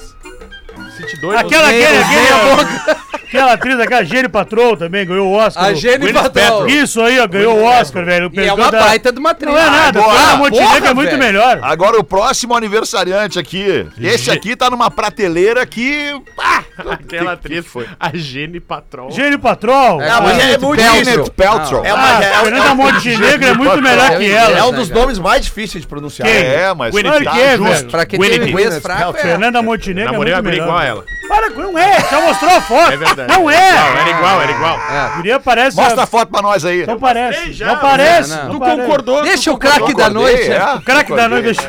S7: City 2.
S6: Aquela,
S5: Meia-
S6: aquela, aquela, aquela atriz, aquela Gênio Patrol também ganhou o Oscar.
S5: A Gênio
S7: Gwyneth
S5: Patrão.
S7: Paltrow.
S6: Isso aí, ó, ganhou o Oscar, velho.
S5: E é
S6: Pegou
S5: uma
S6: da-
S5: baita de uma atriz.
S6: Não é nada,
S4: Agora,
S6: a Montenegro
S5: porra,
S6: é muito
S5: velho.
S6: melhor.
S4: Agora o próximo aniversariante aqui. Esse aqui tá numa prateleira que. Ah,
S7: Aquela atriz foi. A Gene Patrol.
S6: Gênio Patrol.
S8: A mulher é muito difícil.
S4: Gwyneth Paltrow.
S8: É
S6: Ah,
S8: uma- é-
S6: Fernanda Montenegro é muito melhor que
S8: É
S6: ela. assim,
S8: um dos nomes mais difíceis de pronunciar. né?
S6: Quem?
S4: É, mas
S6: Gwyneth
S4: tá
S6: que é,
S4: justo.
S6: velho?
S5: Pra quem tem
S7: Gwyneth
S5: inglês fraco, é.
S6: Fernanda Montenegro é
S7: Namorei
S6: muito
S7: uma guria
S6: melhor.
S7: igual a ela.
S6: Para com não é, já mostrou a foto.
S7: É verdade.
S6: Não
S7: Não, era
S6: é.
S7: igual, era igual.
S6: A guria parece...
S4: Mostra a foto pra nós aí.
S6: Não parece,
S7: já.
S6: não parece.
S5: Não, não.
S7: Tu
S6: não parece.
S7: concordou?
S5: Deixa
S7: tu
S5: o craque da
S4: Concordei,
S5: noite.
S4: é.
S5: né?
S6: O craque da noite deixou...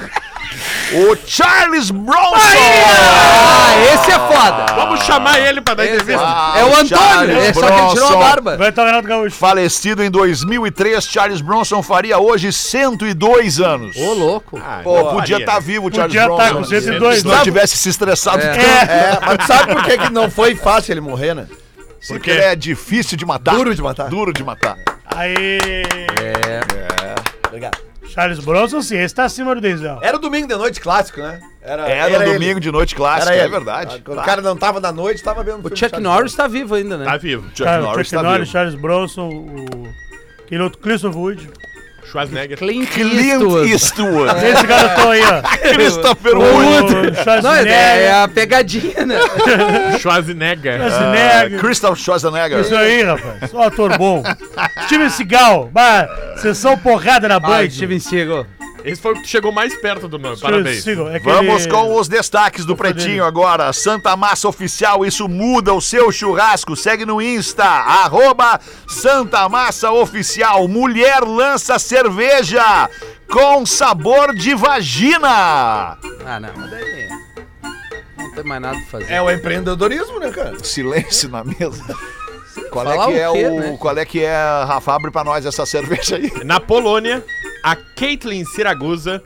S4: O Charles Bronson!
S5: Ah, esse é foda.
S7: Vamos chamar ele pra dar entrevista.
S4: Ah,
S5: É o Antônio,
S4: Charles
S5: é só que ele tirou a
S4: Bronson.
S5: barba.
S6: Vai estar o Renato Gaúcho.
S4: Falecido em 2003, Charles Bronson faria hoje 102 anos.
S5: Ô, louco.
S4: Pô, podia estar vivo o Charles
S6: Podia
S4: Bronson.
S6: estar com 102,
S4: Se não
S6: né?
S4: tivesse se estressado
S5: É.
S4: tanto,
S8: É, mas tu sabe por que, que não foi fácil ele morrer, né?
S4: porque ele é difícil de matar.
S8: Duro de matar.
S4: Duro de matar.
S6: Aí.
S8: Obrigado.
S6: Charles Bronson, sim, esse tá acima do Denzel.
S8: Era o domingo de noite clássico, né?
S4: Era, É domingo de noite clássica,
S8: ele. Ah,
S4: é
S6: Ah,
S4: verdade.
S8: Quando o cara não tava na noite, tava vendo
S5: O
S8: filme
S5: Chuck
S8: Charles
S5: Norris tá vivo ainda, né?
S7: Tá vivo.
S4: Chuck
S6: Cara,
S4: Norris
S6: Chuck
S4: tá
S6: Norris,
S4: vivo.
S6: Charles Bronson, o. Aquele outro Clifton Wood.
S7: Schwarzenegger.
S5: Clint
S4: Clint Eastwood.
S6: Esse garotão aí, ó.
S4: Christopher Wood.
S6: O
S5: Não, é, é
S6: Schwarzenegger.
S5: a pegadinha, né?
S7: Schwarzenegger.
S6: Schwarzenegger.
S4: Crystal Schwarzenegger.
S6: Isso aí, rapaz. Só ator bom. Steven Seagal. Bah, sessão porrada na Band.
S5: Vai, Steven Seagal.
S7: Esse foi o que chegou mais perto do nome.
S6: Steven
S7: Parabéns.
S6: Seagal. é aquele-
S4: Vamos com os destaques do Pretinho agora. Santa Massa Oficial, isso muda o seu churrasco. Segue no Insta, arroba Santa Massa Oficial. Mulher lança cerveja com sabor de vagina.
S5: Ah, não, mas daí. Não tem mais nada pra fazer.
S8: É o empreendedorismo, né, cara?
S4: Silêncio na mesa. Qual é,
S5: Falar
S4: que
S5: o
S4: é
S5: quê,
S4: o,
S5: né?
S4: qual é que é, Rafa? Abre pra nós essa cerveja aí.
S7: Na Polônia, a Caitlyn Siragusa,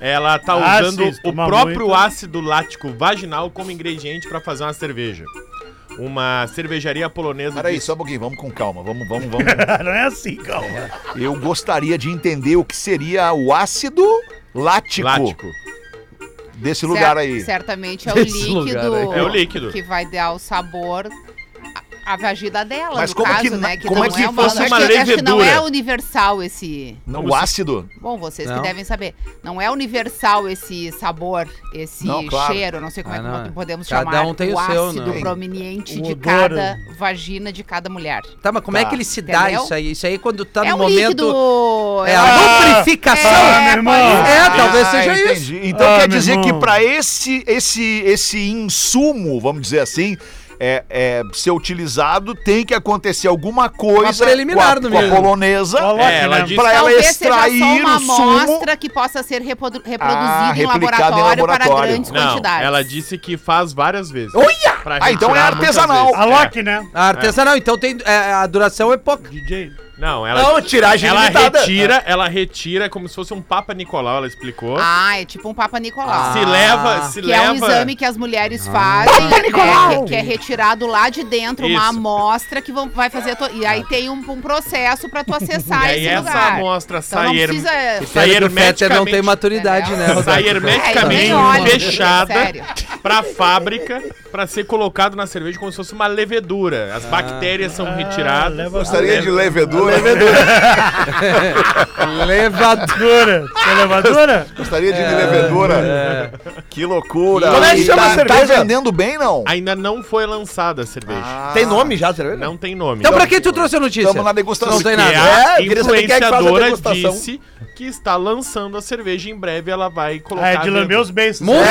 S7: ela tá
S6: Ah,
S7: usando
S6: sim, se
S7: o
S6: tomar
S7: próprio
S6: muito.
S7: ácido lático vaginal como ingrediente para fazer uma cerveja. Uma cervejaria polonesa.
S4: Peraí,
S7: diz-
S4: só um pouquinho, vamos com calma, vamos, vamos, vamos.
S6: Ah, Não é assim, calma.
S4: Eu gostaria de entender o que seria o ácido lático,
S7: Lático.
S4: desse lugar
S9: Cer-
S4: aí.
S9: Certamente é o
S5: Desse
S9: líquido.
S5: lugar aí.
S7: É o líquido.
S9: Que vai dar o sabor à- à vagina dela,
S4: Mas
S9: no
S4: como
S9: caso,
S4: que na-
S9: né?
S4: como é que fosse
S9: acho
S7: uma
S9: que- acho que não é
S7: levedura?
S9: universal esse...
S4: Não, o ácido?
S9: Bom, vocês
S5: Não.
S9: que devem saber. Não é universal esse sabor, esse
S4: Não, claro.
S9: cheiro, não sei como
S5: Ah,
S9: é que
S5: não.
S9: nós podemos
S5: Cada
S9: chamar.
S5: um tem o seu,
S9: ácido
S5: né?
S9: proveniente
S6: O
S9: de
S6: odor.
S9: cada vagina de cada mulher.
S5: Tá, mas como é
S4: Tá.
S5: que ele se dá
S9: Entendeu?
S5: isso aí? Isso aí quando tá
S9: é
S5: no
S9: um
S5: momento.
S9: líquido. um
S5: É
S6: Ah,
S5: a lubrificação.
S6: Ah, meu
S5: É,
S6: irmão.
S5: talvez seja
S4: ah, entendi.
S5: isso.
S4: Então
S6: Ah,
S4: quer
S6: meu
S4: dizer
S6: irmão.
S4: que para esse, esse, esse insumo, vamos dizer assim, é, é, ser utilizado, tem que acontecer alguma coisa
S5: preliminar
S4: com a,
S5: no
S4: com a
S5: mínimo.
S4: polonesa
S6: Coloca,
S7: É, ela
S6: né?
S7: disse
S4: para ela
S9: Talvez seja
S4: extrair
S9: só uma
S4: o sumo.
S9: amostra que possa ser reprodu-
S4: Ah,
S9: reproduzida em,
S4: replicada em
S9: laboratório para
S4: laboratório.
S9: grandes
S7: Não,
S9: quantidades.
S7: ela disse que faz várias vezes.
S4: Olha!
S7: Pra
S4: Ah, então é
S7: retirar muitas
S4: artesanal.
S7: vezes.
S6: A Loki, né?
S5: Ah, Artesanal, então tem. é, a duração é pouca.
S6: DJ.
S7: Não, ela,
S8: Não, tiragem
S7: ela
S8: limitada.
S7: retira, ela retira como se fosse um Papa Nicolau, ela explicou.
S9: Ah, é tipo um Papa Nicolau.
S7: Ah. Se leva, se
S9: que é
S7: leva.
S9: um exame que as mulheres fazem, né, que, que é retirado lá de dentro uma
S7: Isso.
S9: amostra que vão, vai fazer. a tua- E aí tem um, um processo pra tu acessar
S7: e aí
S9: esse
S7: essa
S9: lugar.
S7: amostra
S9: então não
S7: sai herm-
S9: precisa.
S7: sai
S5: O feto não
S7: hermeticamente-
S5: tem maturidade, né?
S7: sai
S5: Rodolfo?
S9: É, eu nem
S7: hermeticamente
S9: olho,
S7: fechada.
S9: sério.
S7: pra fábrica pra ser colocado na cerveja como se fosse uma levedura. As bactérias são retiradas.
S6: leva-
S4: Gostaria de levedura.
S5: Levadura.
S6: Dura. Quer levadura?
S4: Gostaria de levedura. Que loucura.
S8: Como é que
S4: E
S8: chama
S4: tá,
S8: a cerveja?
S4: Tá vendendo bem, não?
S7: Ainda não foi lançada a cerveja.
S9: Ah.
S8: Tem
S4: Ah.
S8: nome já, cerveja?
S7: Não tem nome.
S5: Então pra que tu trouxe a notícia?
S4: Estamos na degustação.
S5: Não tem
S7: Que
S5: nada.
S7: a
S8: É, eu queria saber quem é que faz a
S7: influenciadora
S8: degustação.
S7: disse que está lançando a cerveja. Em breve ela vai colocar.
S6: Ah, é de
S7: a
S6: lamber
S7: venda.
S6: os beiços. né?
S5: Muito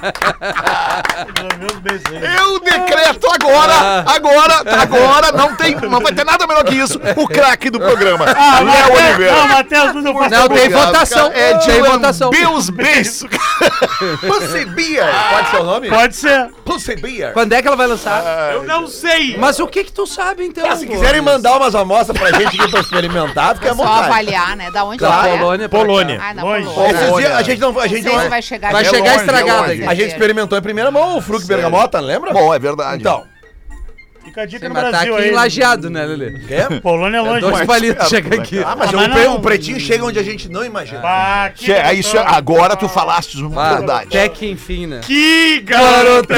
S6: É de lamber os beiços.
S4: Eu decreto agora, agora, agora, não tem, não vai ter nada melhor que isso, o craque do programa, Léo
S6: Matheus- Não,
S4: Oliveira.
S6: Matheus, não, eu faço
S5: Não, tem
S4: Obrigado,
S5: votação.
S4: cara. É de
S5: tem
S4: lamber
S5: votação.
S4: Deus beijo.
S8: Pussibia!
S4: Ah.
S8: Pode ser o nome?
S6: Pode ser.
S8: Pussibia!
S5: Quando é que ela vai lançar?
S7: Eu não
S6: é.
S7: sei!
S5: Mas o que que tu sabe, então?
S8: Ah, se quiserem mandar umas amostras pra gente aqui pra experimentar, fica à
S9: É Só
S8: vontade.
S9: avaliar, né? Da onde
S5: Da
S9: ela é.
S5: Tá, Polônia. pra
S7: Polônia.
S9: Ah, na
S6: Longe.
S9: Polônia.
S8: Esses dias a gente não. A
S9: Não
S8: gente,
S9: sei se
S8: não-
S9: vai chegar.
S5: cá. Vai
S9: aqui.
S5: chegar
S4: longe,
S5: estragada.
S4: é
S9: longe.
S5: aqui.
S8: a gente experimentou em primeira mão o fruto bergamota, lembra?
S4: Bom, é verdade.
S8: Então,
S6: Fica a dica
S5: Sim,
S6: no
S5: mas tá
S6: Brasil
S5: aqui
S6: aí.
S5: em lajeado, né, Lelê?
S8: é?
S6: Polônia é longe.
S5: Dois
S6: mas-
S5: palitos chega aqui.
S8: Ah, mas,
S6: Ah, mas
S8: o, pre-
S6: não.
S8: o pretinho chega onde a gente não imagina.
S6: Bah, que
S4: Che- é isso, é-
S7: ah,
S4: agora tu falaste uma
S5: Ah,
S4: verdade.
S5: Até que enfim, né?
S7: Que
S5: garotão!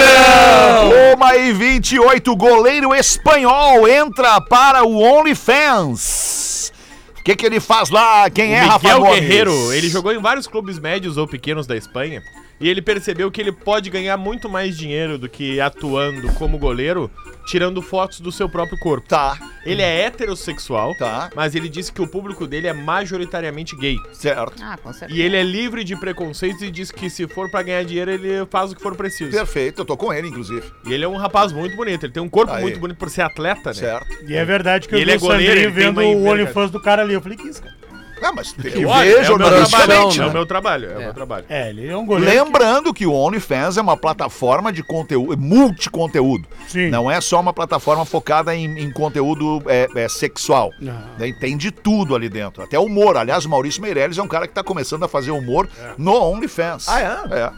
S2: Uma e 28, goleiro espanhol entra para o OnlyFans. O que, que ele faz lá? Quem é,
S7: Miguel
S2: Rafael Rafa Gomes?
S7: Guerreiro, ele jogou em vários clubes médios ou pequenos da Espanha e ele percebeu que ele pode ganhar muito mais dinheiro do que atuando como goleiro, tirando fotos do seu próprio corpo.
S4: Tá,
S7: Ele é heterossexual,
S4: Tá.
S7: mas ele disse que o público dele é majoritariamente gay.
S4: certo.
S9: Ah, com certeza.
S7: E ele é livre de preconceitos e diz que se for pra ganhar dinheiro, ele faz o que for preciso.
S4: Perfeito, eu tô com ele, inclusive.
S7: E ele é um rapaz muito bonito, ele tem um corpo
S4: Aí.
S7: muito bonito por ser atleta, né?
S4: Certo.
S6: E é verdade que eu
S7: E ele
S6: vi
S7: é
S6: o
S7: goleiro,
S6: Sandrinho
S7: ele tem
S6: vendo
S7: uma
S6: o
S7: envergadura.
S6: OnlyFans do cara ali. Eu falei, que isso, cara?
S4: Não, Ah, mas tem um que
S7: Eu olho,
S4: ver
S7: é o meu trabalho,
S4: jornalisticamente,
S7: é o
S4: né?
S7: meu trabalho, é o meu trabalho.
S6: É, ele é um goleiro.
S4: Lembrando que o OnlyFans é uma plataforma de conteúdo, é multiconteúdo.
S6: Sim.
S4: Não é só uma plataforma focada em, em conteúdo é, é, sexual.
S6: Não.
S4: Daí Tem de tudo ali dentro, até humor. Aliás, o Maurício Meirelles é um cara que tá começando a fazer humor no OnlyFans.
S8: Ah, é?
S4: É.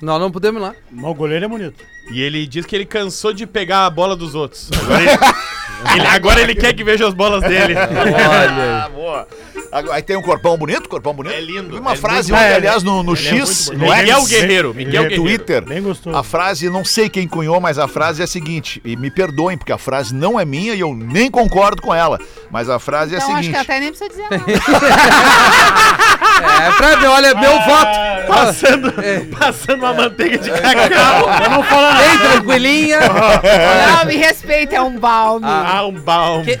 S5: Nós não podemos ir lá.
S6: Mas o goleiro é bonito.
S7: E ele diz que ele cansou de pegar a bola dos outros. Agora ele, ele- agora ele quer que veja as bolas dele.
S5: Olha aí.
S4: Agora, Aí tem um corpão bonito, corpão bonito.
S7: É lindo,
S4: Vi uma
S7: é
S4: frase,
S6: muito-
S4: ontem,
S6: é,
S4: aliás, no, no
S7: Ele é
S4: X,
S7: muito
S4: no
S7: bonito.
S4: X,
S7: Miguel Guerreiro, Miguel
S4: no
S7: Guerreiro.
S4: Twitter,
S6: Bem gostoso.
S4: a frase, não sei quem cunhou, mas a frase é a seguinte, e me perdoem, porque a frase não é minha e eu nem concordo com ela, mas a frase é
S9: Então
S4: a
S9: acho que
S4: seguinte...
S9: até nem precisa dizer nada.
S5: É pra ver, olha, meu
S6: Ah,
S5: voto.
S7: Passando, passando
S8: É.
S7: uma manteiga de cacau.
S6: Eu não falo nada.
S5: Bem tranquilinha. Ah.
S9: Não, me respeita, é um balme.
S7: Ah, um balm.
S5: Que-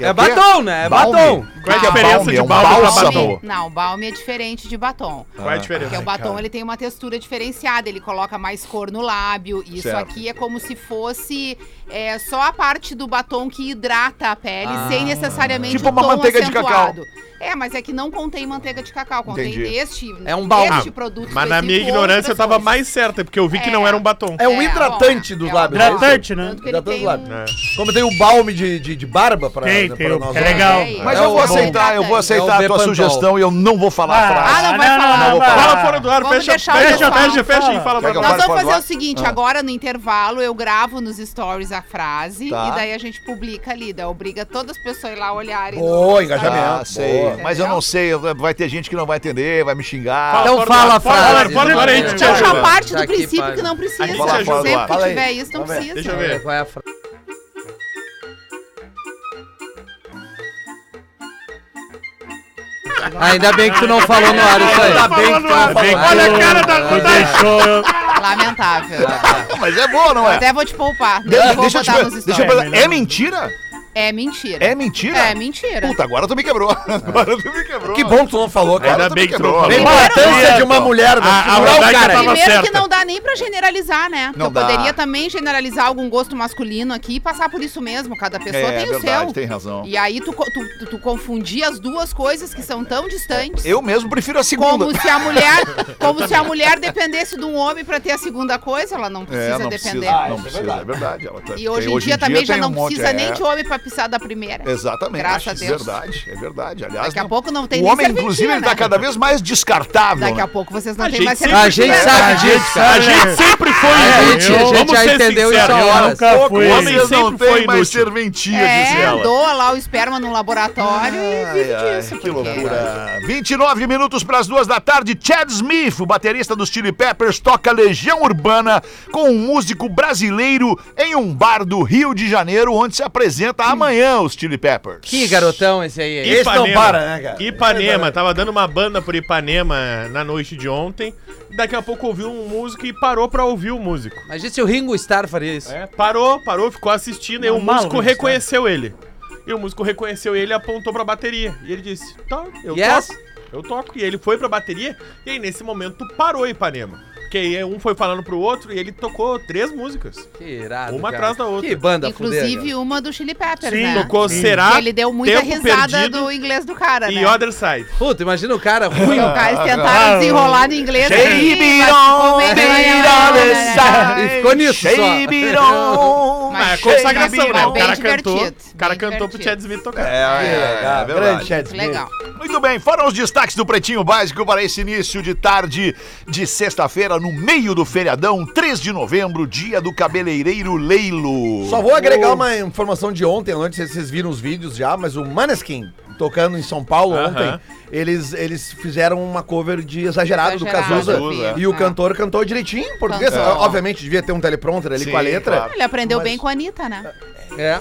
S5: É batom, né? É
S4: Balme?
S5: batom.
S4: Qual é, que é
S9: Ah, Balme,
S4: balme?
S7: é
S4: É um
S7: um balme pra
S4: bálsamo.
S7: batom.
S9: Não, balme é diferente de batom.
S7: Qual é a
S9: Porque
S7: diferença?
S9: o batom ele tem uma textura diferenciada, ele coloca mais cor no lábio. E isso
S4: Certo.
S9: aqui é como se fosse é, só a parte do batom que hidrata a pele,
S5: Ah.
S9: sem necessariamente
S4: Tipo uma manteiga de cacau.
S9: É, mas é que não contém manteiga de cacau, contém
S4: Entendi.
S9: este
S5: É um balme.
S9: Este produto
S7: Ah, Mas na minha
S9: específico,
S7: ignorância eu
S9: outras
S7: tava
S9: coisas.
S7: mais certa, porque eu vi que
S9: É.
S7: não era um batom.
S8: É um
S9: É,
S8: hidratante
S9: ó,
S8: dos
S9: é,
S8: lábios.
S9: ó.
S6: Hidratante, né?
S9: Tanto que ele
S8: Hidratante
S9: tem
S8: dos lábios.
S9: um-
S8: Como tem o balme de, de, de barba pra,
S6: Tem,
S8: pra
S6: tem,
S8: nós.
S6: é legal.
S9: É,
S4: Mas
S5: É
S4: eu
S5: o
S4: vou aceitar, eu vou
S5: É o
S4: aceitar a tua
S5: Bepantol.
S4: sugestão e eu não vou falar a frase.
S9: Ah, não vai falar.
S4: Não vou
S6: vai.
S4: falar.
S7: Tá Fala fora do ar,
S9: Vamos
S7: fecha,
S9: deixar o
S7: fecha,
S9: pessoal.
S7: fecha, fecha e
S4: Quer
S7: fala pra
S8: Então
S4: que é eu
S7: nós.
S4: Para,
S9: Nós vamos
S4: para,
S9: fazer
S4: para.
S9: o seguinte, agora no intervalo eu gravo nos stories a frase
S4: Tá.
S9: e daí a gente publica ali, daí obriga todas as pessoas a ir lá olharem.
S8: Boa,
S4: Ah,
S8: engajamento. Boa.
S4: sei. Mas eu não sei, eu- vai ter gente que não vai entender, vai me xingar.
S5: Então fala a
S7: Fala,
S5: frase.
S7: fala, fala, a gente te
S9: Então já
S7: ajuda.
S9: parte
S5: Tá
S9: do
S5: aqui,
S9: princípio
S5: pai.
S9: que não precisa.
S7: A gente te ajuda.
S9: Sempre
S4: Fala
S9: que
S4: aí.
S9: tiver isso, não precisa.
S7: Deixa eu
S5: É,
S7: ver.
S5: Qual é a frase? Ainda bem que tu não falou no ar isso aí.
S6: Ainda bem que tu não falou.
S5: Olha a cara
S6: da Tu deixou eu...
S9: Lamentável.
S4: Mas é boa, não
S9: Eu
S4: é?
S9: até vou te poupar.
S4: De-
S9: Não vou
S4: deixa eu te
S9: botar nos
S4: per- deixa eu
S9: stories.
S4: perguntar, é mentira?
S9: É mentira.
S4: É mentira?
S9: É mentira.
S4: Puta, agora tu me quebrou. Agora tu me quebrou.
S8: Que bom que tu não falou, cara.
S7: Ainda
S4: tu
S7: bem
S4: me
S7: que tu
S4: quebrou.
S7: não falou.
S4: Bem
S8: Importância de uma
S7: A-
S8: mulher
S7: a
S8: natural,
S7: Rodaica
S8: cara.
S7: tava
S9: Primeiro que
S7: certa.
S9: não dá nem pra generalizar, né? Porque
S4: Não
S9: eu
S4: dá.
S9: poderia também generalizar algum gosto masculino aqui e passar por isso mesmo. Cada pessoa
S4: É,
S9: tem o
S4: verdade,
S9: seu.
S4: tem razão.
S9: E aí tu, co- tu, tu, tu confundir as duas coisas que são tão distantes.
S4: Eu mesmo prefiro a segunda.
S9: Como se a mulher, como se a mulher dependesse de um homem pra ter a segunda coisa, ela não precisa
S4: É, não
S9: depender.
S4: precisa, não precisa, é verdade. Ela tá-
S9: E hoje
S4: tem-
S9: em dia também já
S4: tem um
S9: não
S4: monte,
S9: precisa
S4: é.
S9: nem de homem pra pisar da primeira.
S4: Exatamente.
S9: Graças a
S4: é
S9: Deus.
S4: verdade, é verdade. Aliás,
S9: Daqui a
S4: não-
S9: pouco não tem
S4: o
S9: nem
S4: homem,
S9: serventia,
S4: inclusive, ele
S9: né?
S4: tá cada vez mais descartável.
S9: Daqui a
S4: né?
S9: pouco vocês não
S7: A
S9: têm
S7: gente
S9: mais
S7: sempre-
S5: A gente sabe disso, cara.
S7: A gente sempre foi
S4: É,
S5: A
S7: inútil.
S5: gente, a gente
S7: Vamos
S5: já
S7: ser
S5: entendeu isso
S7: sinceros.
S5: há horas.
S6: Nunca
S7: O
S6: fui.
S7: homem
S4: Vocês não
S7: sempre foi
S4: têm mais
S7: inútil.
S4: serventia, diz
S9: É,
S4: ela.
S9: doa lá lá o esperma no laboratório e vive disso.
S10: que
S9: porque-
S10: loucura.
S4: 29 minutos para as duas da tarde, Chad Smith, o baterista dos Chili Peppers, toca Legião Urbana com um músico brasileiro em um bar do Rio de Janeiro, onde se apresenta amanhã os Chili Peppers.
S5: Que garotão esse aí. hein?
S8: Esse não para, né, cara?
S7: Ipanema, tava dando uma banda por Ipanema na noite de ontem. Daqui a pouco ouviu um músico e parou pra ouvir o músico.
S5: Imagina se o Ringo Starr faria isso.
S7: É, parou, parou, ficou assistindo e
S6: Não,
S7: o músico
S6: maluco,
S7: reconheceu ele. E o músico reconheceu ele e apontou pra bateria. E ele disse: Tá, eu
S5: Yes.
S7: toco. Eu toco. E ele foi pra bateria e aí nesse momento parou Ipanema. Porque aí um foi falando pro outro e ele tocou três músicas.
S5: Que irado,
S7: Uma
S5: cara.
S7: atrás da outra.
S5: Que banda
S9: Inclusive
S5: fuder,
S9: uma do Chili Peppers,
S6: Sim,
S9: né?
S7: Tocou
S6: Sim.
S7: Será.
S9: Que ele deu muita
S7: Tá Tempo
S9: risada
S7: Perdido
S9: do inglês do cara,
S7: E
S9: né?
S7: Other Side.
S5: cara. Puta, imagina o cara ruim.
S9: E os caras tentaram desenrolar no inglês. ali, mas ficou meio- né?
S5: e ficou nisso só.
S7: Ah, é
S9: Mas
S7: consagração, né? O
S9: bem
S7: cara
S9: divertido,
S7: cantou. O cara
S9: bem
S7: cantou pro
S9: divertido.
S7: Chad Smith tocar.
S10: É, é, é verdade.
S8: Grande Chad Smith.
S9: Legal.
S10: Muito bem, foram os destaques do Pretinho Básico para esse início de tarde de sexta-feira, no meio do feriadão, 3 de novembro, dia do cabeleireiro Leilo.
S8: Só vou agregar uma informação de ontem, à noite, não sei se vocês viram os vídeos já, mas o Maneskin, tocando em São Paulo
S7: Aham.
S8: ontem, eles, eles fizeram uma cover de Exagerado,
S9: Exagerado,
S8: do Cazuza.
S9: eu vi,
S8: E o
S9: é.
S8: cantor cantou direitinho em português.
S9: Cantou.
S8: Obviamente, devia ter um teleprompter ali
S10: Sim,
S8: com a letra.
S10: claro.
S9: Ele aprendeu
S8: Mas-
S9: bem com a Anitta, né?
S5: É.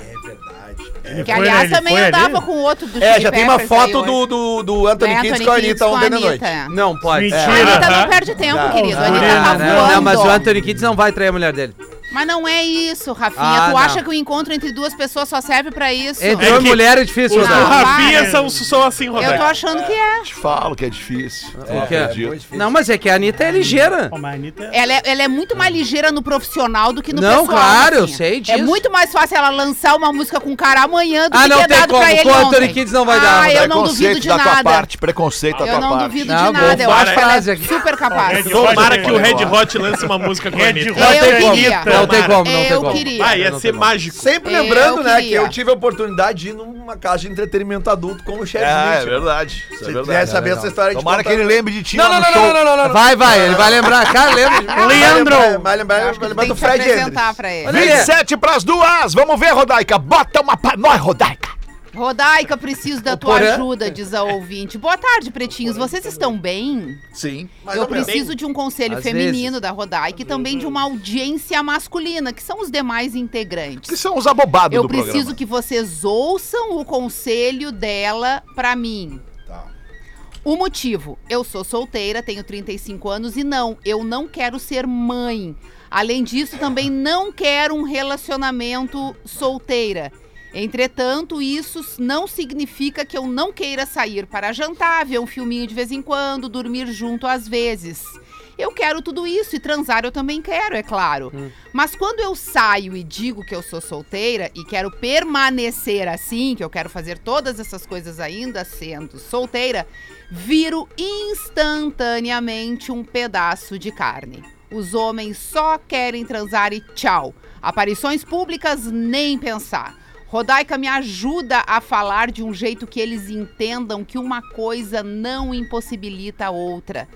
S9: Que aliás também andava com outro do
S8: É,
S9: Chili
S8: já tem uma
S9: Peppers
S8: foto
S9: aí
S8: do,
S9: hoje.
S8: do, do Anthony
S9: É,
S8: Kidd com a
S9: Kids
S8: Anitta ontem da noite.
S9: Anitta.
S5: Não pode. É. Ah,
S6: Mentira.
S9: A Anitta não tá perde tempo, querido. A Anitta tá
S5: Não, não,
S9: voando.
S5: não, mas o Anthony Kidd não vai trair a mulher dele.
S9: Mas não é isso, Rafinha.
S5: Ah,
S9: tu
S5: não.
S9: acha que o encontro entre duas pessoas só serve pra isso?
S5: Entre
S7: É
S5: homem e
S7: que-
S5: mulher é difícil,
S7: Os do
S5: Rodaica.
S9: Ah,
S7: Rafinha
S6: para.
S7: são, são assim,
S9: Eu tô
S7: Roberto.
S9: achando que é.
S10: Te falo que é difícil.
S5: O quê?
S10: acredito.
S5: Não, mas é que a Anitta é ligeira.
S6: Pô, mas a Anitta-
S9: Ela, é. ela é muito mais ligeira no profissional do que no
S5: Não,
S9: pessoal.
S5: claro, eu
S9: Rafinha.
S5: sei
S9: É
S5: disso.
S9: muito mais fácil ela lançar uma música com o cara amanhã do
S5: Ah,
S9: que
S5: não
S9: ter
S5: tem
S9: dado
S5: como,
S9: pra ele
S5: com o Anthony
S9: ontem.
S5: Kids não vai dar,
S9: Ah, eu
S10: Rodaica.
S9: não duvido
S10: Preconceito
S9: de
S10: da tua
S9: nada.
S10: parte, preconceito da
S9: Eu
S10: tua
S9: não
S10: parte.
S9: duvido
S5: Não,
S9: de nada. Eu
S5: bom,
S9: acho que ela
S5: frase
S9: é
S5: aqui.
S9: super capaz.
S6: Red Hot
S7: Tomara
S6: Chili
S7: que o
S6: Peppers.
S7: Red Hot lance uma música com
S6: Red
S7: a
S5: É,
S7: Anitta.
S6: Hot
S9: Eu
S6: Chili
S9: queria.
S6: Peppers.
S5: Não tem como, não tem
S9: Eu
S5: como.
S9: queria.
S7: Ah, ia
S5: Não
S7: ser
S5: tem como.
S7: mágico.
S8: Sempre
S9: Eu
S8: lembrando, né, que
S9: queria.
S8: eu tive a oportunidade de ir numa casa de entretenimento adulto com o chefe
S10: É, é verdade. Isso é
S8: Se quiser
S10: verdade.
S8: saber essa história, de
S10: Tomara que ele lembre de ti. lá no show.
S5: Vai, vai, ele vai lembrar. Cara, lembra.
S8: Leandro! Vai lembrar, vai lembrar
S9: Tem
S8: do
S9: que se
S8: Fred Hendricks.
S9: apresentar pra ele.
S5: Olha aí.
S10: 27 pras duas. Vamos ver, Rodaica. Bota uma pra nós, Rodaica.
S9: Rodaica, preciso da tua
S5: Porã.
S9: ajuda, diz a ouvinte. Boa tarde, pretinhos. Vocês estão bem?
S10: Sim.
S9: Eu preciso de um conselho
S5: Às
S9: feminino da Rodaica e também de uma audiência masculina, que são os demais
S10: Que
S9: integrantes.
S10: são os abobados
S9: Eu
S10: do
S9: preciso
S10: programa.
S9: que vocês ouçam o conselho dela pra mim. O motivo, eu sou solteira, tenho 35 anos e não, eu não quero ser mãe. Além disso, também não quero um relacionamento solteira. Entretanto, isso s- não significa que eu não queira sair para jantar, ver um filminho de vez em quando, dormir junto às vezes. Eu quero tudo isso e transar eu também quero, é claro.
S10: Hum.
S9: Mas quando eu saio e digo que eu sou solteira e quero permanecer assim, que eu quero fazer todas essas coisas ainda sendo solteira, viro instantaneamente um pedaço de carne. Os homens só querem transar e tchau. Aparições públicas, nem pensar. Rodaica me ajuda a falar de um jeito que eles entendam que uma coisa não impossibilita a outra.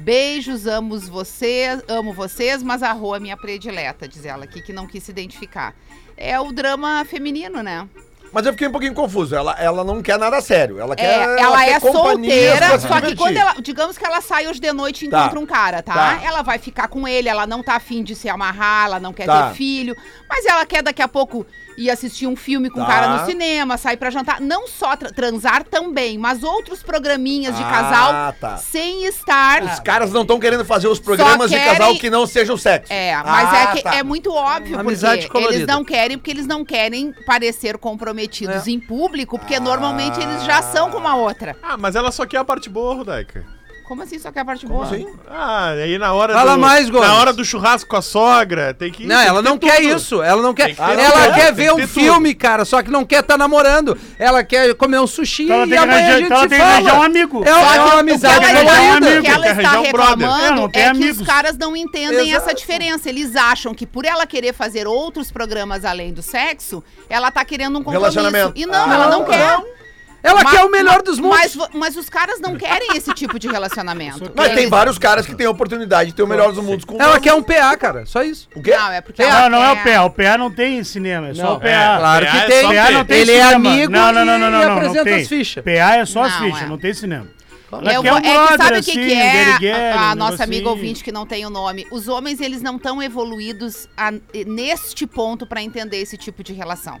S9: Beijos, amo vocês, amo vocês, mas a rua é minha predileta, diz ela aqui, que não quis se identificar. É o drama feminino, né?
S8: Mas eu fiquei um pouquinho confuso. Ela, ela não quer nada sério. Ela
S9: É,
S8: quer.
S9: ela
S8: quer
S9: é
S8: companhia
S9: solteira,
S8: pra se
S9: só que
S8: divertir.
S9: quando ela. Digamos que ela sai hoje de noite e
S8: Tá.
S9: encontra um cara, tá?
S8: Tá.
S9: Ela vai ficar com ele, ela não tá afim de se amarrar, ela não quer
S8: Tá.
S9: ter filho, mas ela quer daqui a pouco ir assistir um filme com o
S8: Tá.
S9: cara no cinema, sair pra jantar. Não só tra- transar também, mas outros programinhas de
S8: Ah,
S9: casal
S8: tá. Ah.
S9: sem estar.
S8: Os caras não estão querendo fazer os programas
S9: querem-
S8: de casal que não sejam sexo.
S9: É, mas
S8: Ah,
S9: é que
S8: tá.
S9: é muito óbvio,
S5: Amizade
S9: porque eles
S5: colorida.
S9: não querem, porque eles não querem parecer comprometidos
S8: É.
S9: em público, porque normalmente eles já são com uma outra.
S7: Ah, mas ela só quer a parte boa, Rodaica.
S9: Como assim só quer a parte boa?
S7: Ah, aí na hora
S5: Fala
S7: do,
S5: mais, Gomes.
S7: Na hora do churrasco com a sogra, tem que
S5: Não, ela não quer isso. Ela não quer.
S7: Tem que ter
S5: ela
S7: tudo,
S5: quer
S7: tem
S5: ver
S7: que
S5: um
S7: ter
S5: filme, cara, só que não quer estar namorando. Ela quer comer um sushi
S6: Então ela
S5: e
S6: tem que
S5: amanhã a
S6: arranjar-
S5: gente
S6: então ela
S5: se
S6: tem que arranjar um
S5: fala.
S6: amigo.
S5: É, uma- é uma
S9: O que ela,
S5: amizade
S7: quer arranjar um
S9: está-
S5: colorida.
S9: o que ela
S7: quer
S9: está
S7: arranjar um brother.
S6: É,
S9: reclamando
S6: não tem
S9: é que
S6: amigos.
S9: os caras não entendem
S5: Exato.
S9: essa diferença. Eles acham que por ela querer fazer outros programas além do sexo, ela tá querendo um compromisso.
S8: Relacionamento. Ah,
S9: E não, ela não quer.
S5: Ela
S9: Mas-
S5: quer o melhor dos mundos.
S9: Mas, vo- mas os caras não querem esse tipo de relacionamento.
S8: Mas tem
S9: Eles-
S8: vários caras que têm a oportunidade de ter o melhor dos mundos com
S7: é
S5: Ela
S8: nós.
S5: quer um PA, cara. Só isso.
S8: O quê?
S9: Não, é porque
S6: Não,
S9: ela
S6: não é o
S9: quer-
S6: PA. O PA não tem cinema, é só o PA.
S5: Claro
S7: PA
S5: que
S7: é
S5: tem.
S7: só
S6: PA não tem
S5: Ele é
S6: cinema.
S5: amigo
S6: não, não, não,
S5: e
S6: não, não, não,
S5: apresenta
S6: não tem.
S5: as fichas.
S6: PA é só as
S9: Não,
S6: fichas,
S9: é.
S6: não tem cinema. Ela
S9: Eu
S6: quer
S9: vou-
S6: um
S9: é que
S6: brother,
S9: sabe o que,
S6: assim,
S9: que
S6: um
S9: é
S6: guerigueiro,
S9: a, a
S6: um
S9: nossa
S6: negocinho.
S9: amiga ouvinte que não tem o nome? Os homens, eles não estão evoluídos a- neste ponto pra entender esse tipo de relação.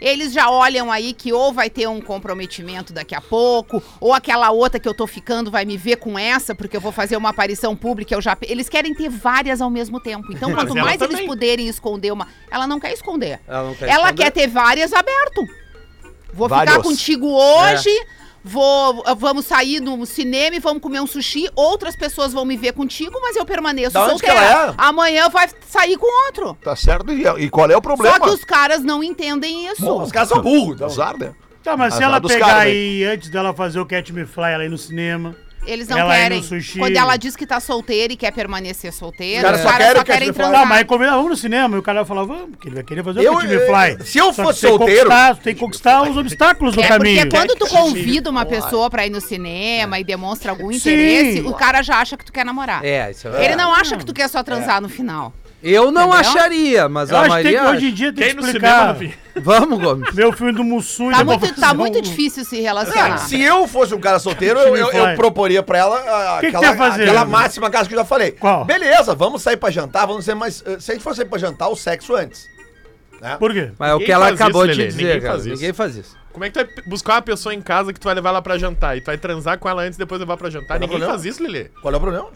S9: Eles já olham aí que ou vai ter um comprometimento daqui a pouco, ou aquela outra que eu tô ficando vai me ver com essa, porque eu vou fazer uma aparição pública, eu já... pe- Eles querem ter várias ao mesmo tempo. Então, quanto
S7: ela
S9: mais eles
S7: também.
S9: puderem esconder uma... Ela não quer esconder.
S5: Ela não quer
S9: Ela
S5: esconder.
S9: quer ter várias aberto. Vou
S4: Vários.
S9: ficar contigo
S8: É.
S9: hoje, vou, vamos sair no cinema e vamos comer um sushi. Outras pessoas vão me ver contigo, mas eu permaneço
S8: Da onde
S9: solteira.
S8: que ela é?
S9: Amanhã vai sair com outro.
S4: Tá certo? E, e qual é o problema?
S9: Só que os caras não entendem isso.
S8: Bom, os caras são burros. então.
S4: Azar, né?
S6: Tá, mas se
S4: Azar
S6: ela
S4: dos
S6: pegar
S4: caras,
S6: aí, antes dela fazer o Catch Me Fly, ela ir no cinema.
S9: Eles não
S6: Ela é
S9: querem.
S6: no sushi.
S9: Quando ela diz que tá solteira e quer permanecer solteira,
S8: Os caras só querem que a gente
S9: transar.
S6: Tá, mas aí convida, vamos no cinema. E o cara vai falar, vamos, que ele vai querer fazer
S8: Eu-
S6: o Catch Me Fly.
S8: se eu
S6: Só
S8: fosse
S6: que tem que
S8: solteiro-
S6: conquistar- Tem que conquistar os obstáculos do
S9: É
S6: caminho.
S9: porque quando tu convida uma pessoa pra ir no cinema e demonstra algum
S6: Sim.
S9: interesse, o cara já acha que tu quer namorar.
S5: É, isso é
S9: Ele
S5: verdade.
S9: não acha que tu quer só transar no final.
S5: Eu não
S9: Entendeu?
S5: acharia, mas
S6: Eu
S5: a
S6: acho que tem
S5: Maria.
S6: que, hoje em dia tem
S7: Quem
S6: que
S7: no cinema,
S6: explicar.
S7: filho?
S5: Vamos, Gomes.
S6: Ver o filme do Mussum e
S9: Tá
S6: depois
S9: muito,
S6: fazer
S9: tá
S6: um-
S9: muito difícil se
S8: Ah,
S9: relacionar.
S8: se eu fosse um cara solteiro, eu, eu- eu proporia pra ela ah,
S6: Que que
S8: aquela,
S7: tá
S6: você ia fazer?
S8: aquela máxima casa que eu já falei.
S6: Qual?
S8: Beleza, vamos sair pra jantar, vamos ser mais. eh, Se a gente for sair pra jantar, o sexo antes. né?
S6: Por quê?
S5: Mas é o
S7: Ninguém
S5: que ela
S7: faz
S5: acabou
S7: isso,
S5: de
S7: Lelê,
S5: dizer,
S7: ninguém
S5: cara.
S7: faz isso.
S5: Ninguém faz isso.
S7: Como é que tu vai buscar uma pessoa em casa que tu vai levar ela pra jantar e tu vai transar com ela antes e depois levar pra jantar?
S8: Não,
S7: Ninguém
S8: não.
S7: faz isso, Lelê.
S8: Qual é o problema?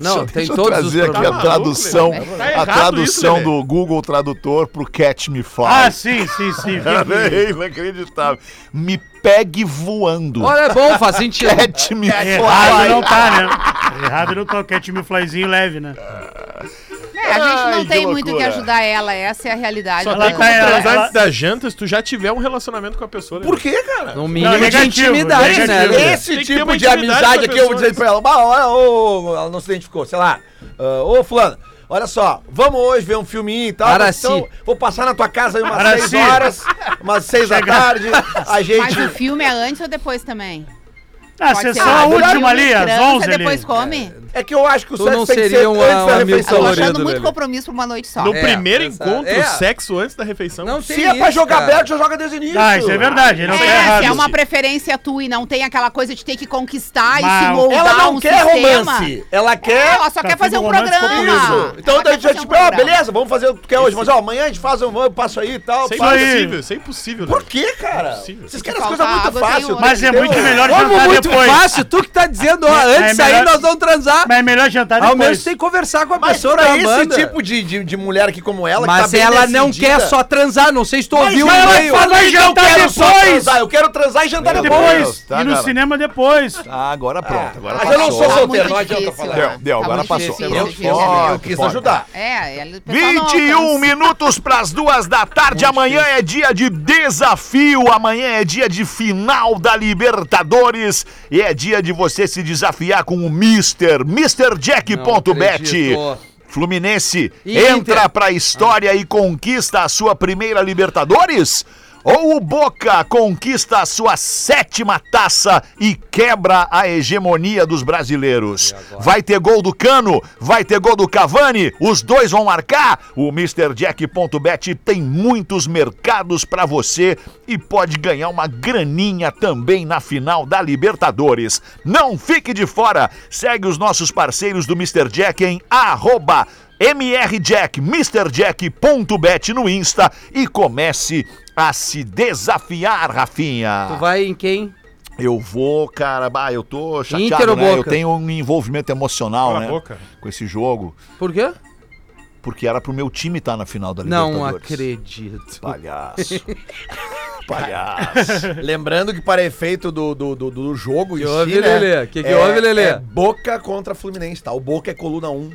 S5: Não,
S4: Deixa-
S5: tem
S4: deixa eu
S5: todos os
S4: trazer aqui
S5: problemas.
S4: a
S7: Tá
S4: tradução,
S7: maluco, Lelê? Tá
S4: a
S7: errado
S4: tradução
S7: isso, Lelê.
S4: do Google Tradutor pro Catch Me Fly.
S6: Ah, sim, sim, sim.
S4: Cara, é inacreditável. Me pegue voando.
S5: Olha, é bom, faz sentido.
S4: Catch Me
S6: é, Errado não
S4: Fly.
S6: tá, né? Errado não tá, o Cat Me Flyzinho leve, né?
S9: É, a gente não
S4: Ai, que
S9: tem muito o que
S4: loucura.
S9: ajudar ela, essa é a realidade.
S7: Só
S9: da-
S7: tem
S6: tá-
S7: como
S6: ela-
S7: transar
S6: ela-
S7: antes da janta se tu já tiver um relacionamento com a pessoa. Lelê.
S8: Por quê, cara?
S5: No mínimo de
S6: negativo,
S5: intimidade, né?
S6: negativo.
S5: Lelê?
S8: Esse
S7: Tem que ter
S8: tipo
S7: uma
S8: de
S7: intimidade
S8: amizade
S7: com a
S8: aqui, eu vou
S7: pessoa,
S8: dizer pra ela, bah, olha, ô, ela não se identificou, sei lá. ah, Ô, fulano, olha só, vamos hoje ver um filminho e tal.
S5: Para
S8: mas
S5: si.
S8: Então, vou passar na tua casa aí umas
S6: Para
S8: seis
S6: si.
S8: horas, umas seis da tarde, a
S9: Mas o
S8: gente...
S9: filme é antes ou depois também?
S6: Ah,
S9: Pode
S6: sessão
S9: ser
S6: a
S9: antes.
S6: última
S9: Filme
S6: ali, às
S9: transa,
S6: 11 ali.
S9: depois come.
S8: É que eu acho que o
S5: Tu
S8: sexo
S5: não
S8: tem que ser
S5: seria um-
S8: antes da
S5: um amigo
S9: Eu tô
S8: refeição.
S5: colorido.
S9: achando muito
S5: Lelê.
S9: compromisso pra uma noite só.
S7: No
S5: É,
S7: primeiro
S5: essa-
S7: encontro,
S5: é.
S7: sexo antes da refeição.
S5: Não
S8: Se
S5: tem
S8: é pra
S5: isso,
S8: jogar
S5: cara.
S8: aberto, já joga desde o início.
S6: Ah, isso é verdade, ele não tá
S9: É,
S6: errado.
S9: se é uma preferência tua e não tem aquela coisa de ter que conquistar e
S6: Mas
S9: se moldar
S8: Ela não
S9: um
S8: quer
S9: sistema.
S8: romance, ela
S9: É,
S8: quer...
S9: ela só
S6: Tá
S9: quer fazer um
S6: tudo romântico
S9: programa.
S6: comigo.
S8: Então
S9: Ela
S8: daí
S9: quer
S8: já
S9: fazer
S8: tipo,
S9: um
S8: ah,
S9: programa.
S8: beleza, vamos fazer o que tu quer hoje, mas ó, amanhã a gente faz um, eu passo aí e tal.
S7: Isso é
S8: pá.
S6: aí.
S7: impossível, isso é impossível.
S8: Por
S7: Lelê.
S8: quê, cara?
S7: Impossível.
S8: Vocês querem as
S9: Falta
S8: coisas muito
S9: água, tem
S8: fáceis.
S9: outro.
S6: Mas é
S8: Tem
S6: muito
S8: um-
S6: melhor
S5: Como
S6: jantar
S5: muito
S6: depois.
S5: fácil, tu que tá dizendo, ó,
S6: É,
S5: antes
S6: é
S5: aí
S6: melhor-
S5: nós vamos transar.
S6: Mas é melhor jantar
S5: Ao
S6: depois.
S5: menos tem que conversar com a
S8: Mas
S5: pessoa
S8: pra
S5: da
S8: esse
S5: banda.
S8: tipo de, de, de mulher aqui como ela,
S5: Mas
S8: que tá bem
S5: ela não
S8: decidida,
S5: quer só transar, não sei se tu ouviu o
S8: mas ela
S5: e-mail.
S8: fala em jantar
S6: Eu quero
S8: depois.
S6: só transar,
S8: eu quero transar e jantar
S4: Meu
S8: depois.
S4: Deus,
S6: Depois,
S4: tá,
S6: e no
S4: cara.
S6: cinema depois.
S4: Ah, agora pronto. Agora
S8: Mas eu não
S4: passou.
S8: sou solteiro,
S9: Tá muito
S8: não adianta
S9: difícil,
S8: falar.
S9: né?
S4: Deu, deu,
S9: Tá
S4: agora
S9: muito
S4: passou.
S9: difícil,
S4: Deu,
S9: difícil.
S4: pode,
S8: Eu quis
S4: pode.
S8: ajudar.
S9: É, ela- o pessoal não
S4: 21
S9: alcança.
S4: minutos pras duas da tarde. Amanhã é dia de desafio. Amanhã é dia de final da Libertadores. E é dia de você se desafiar com o Mister. MrJack.bet.
S5: Não acredito.
S4: Fluminense
S5: Inter.
S4: entra pra história e conquista a sua primeira Libertadores? Ou o Boca conquista a sua sétima taça e quebra a hegemonia dos brasileiros? Vai ter gol do Cano, vai ter gol do Cavani, os dois vão marcar? O MrJack.bet tem muitos mercados pra você e pode ganhar uma graninha também na final da Libertadores. Não fique de fora, segue os nossos parceiros do Mr. Jack em arroba MRJack, MrJack.bet no Insta e comece a se desafiar,
S5: Tu
S4: Rafinha.
S5: vai em quem?
S4: Eu vou, cara, bah, eu tô chateado,
S5: Inter ou
S4: né? Eu
S5: Boca?
S4: tenho um envolvimento emocional,
S7: Cala a
S9: É.
S4: né,
S7: boca.
S4: com esse jogo,
S5: Por quê?
S4: porque era pro meu time
S2: tá
S4: estar na final da
S5: Não
S4: Libertadores.
S5: acredito.
S4: Palhaço. Palhaço.
S8: Lembrando que para efeito do, do, do, do jogo né, é
S5: Que houve, Lelê? Que que houve, Lelê?
S8: Boca contra Fluminense, tá? O Boca é coluna 1.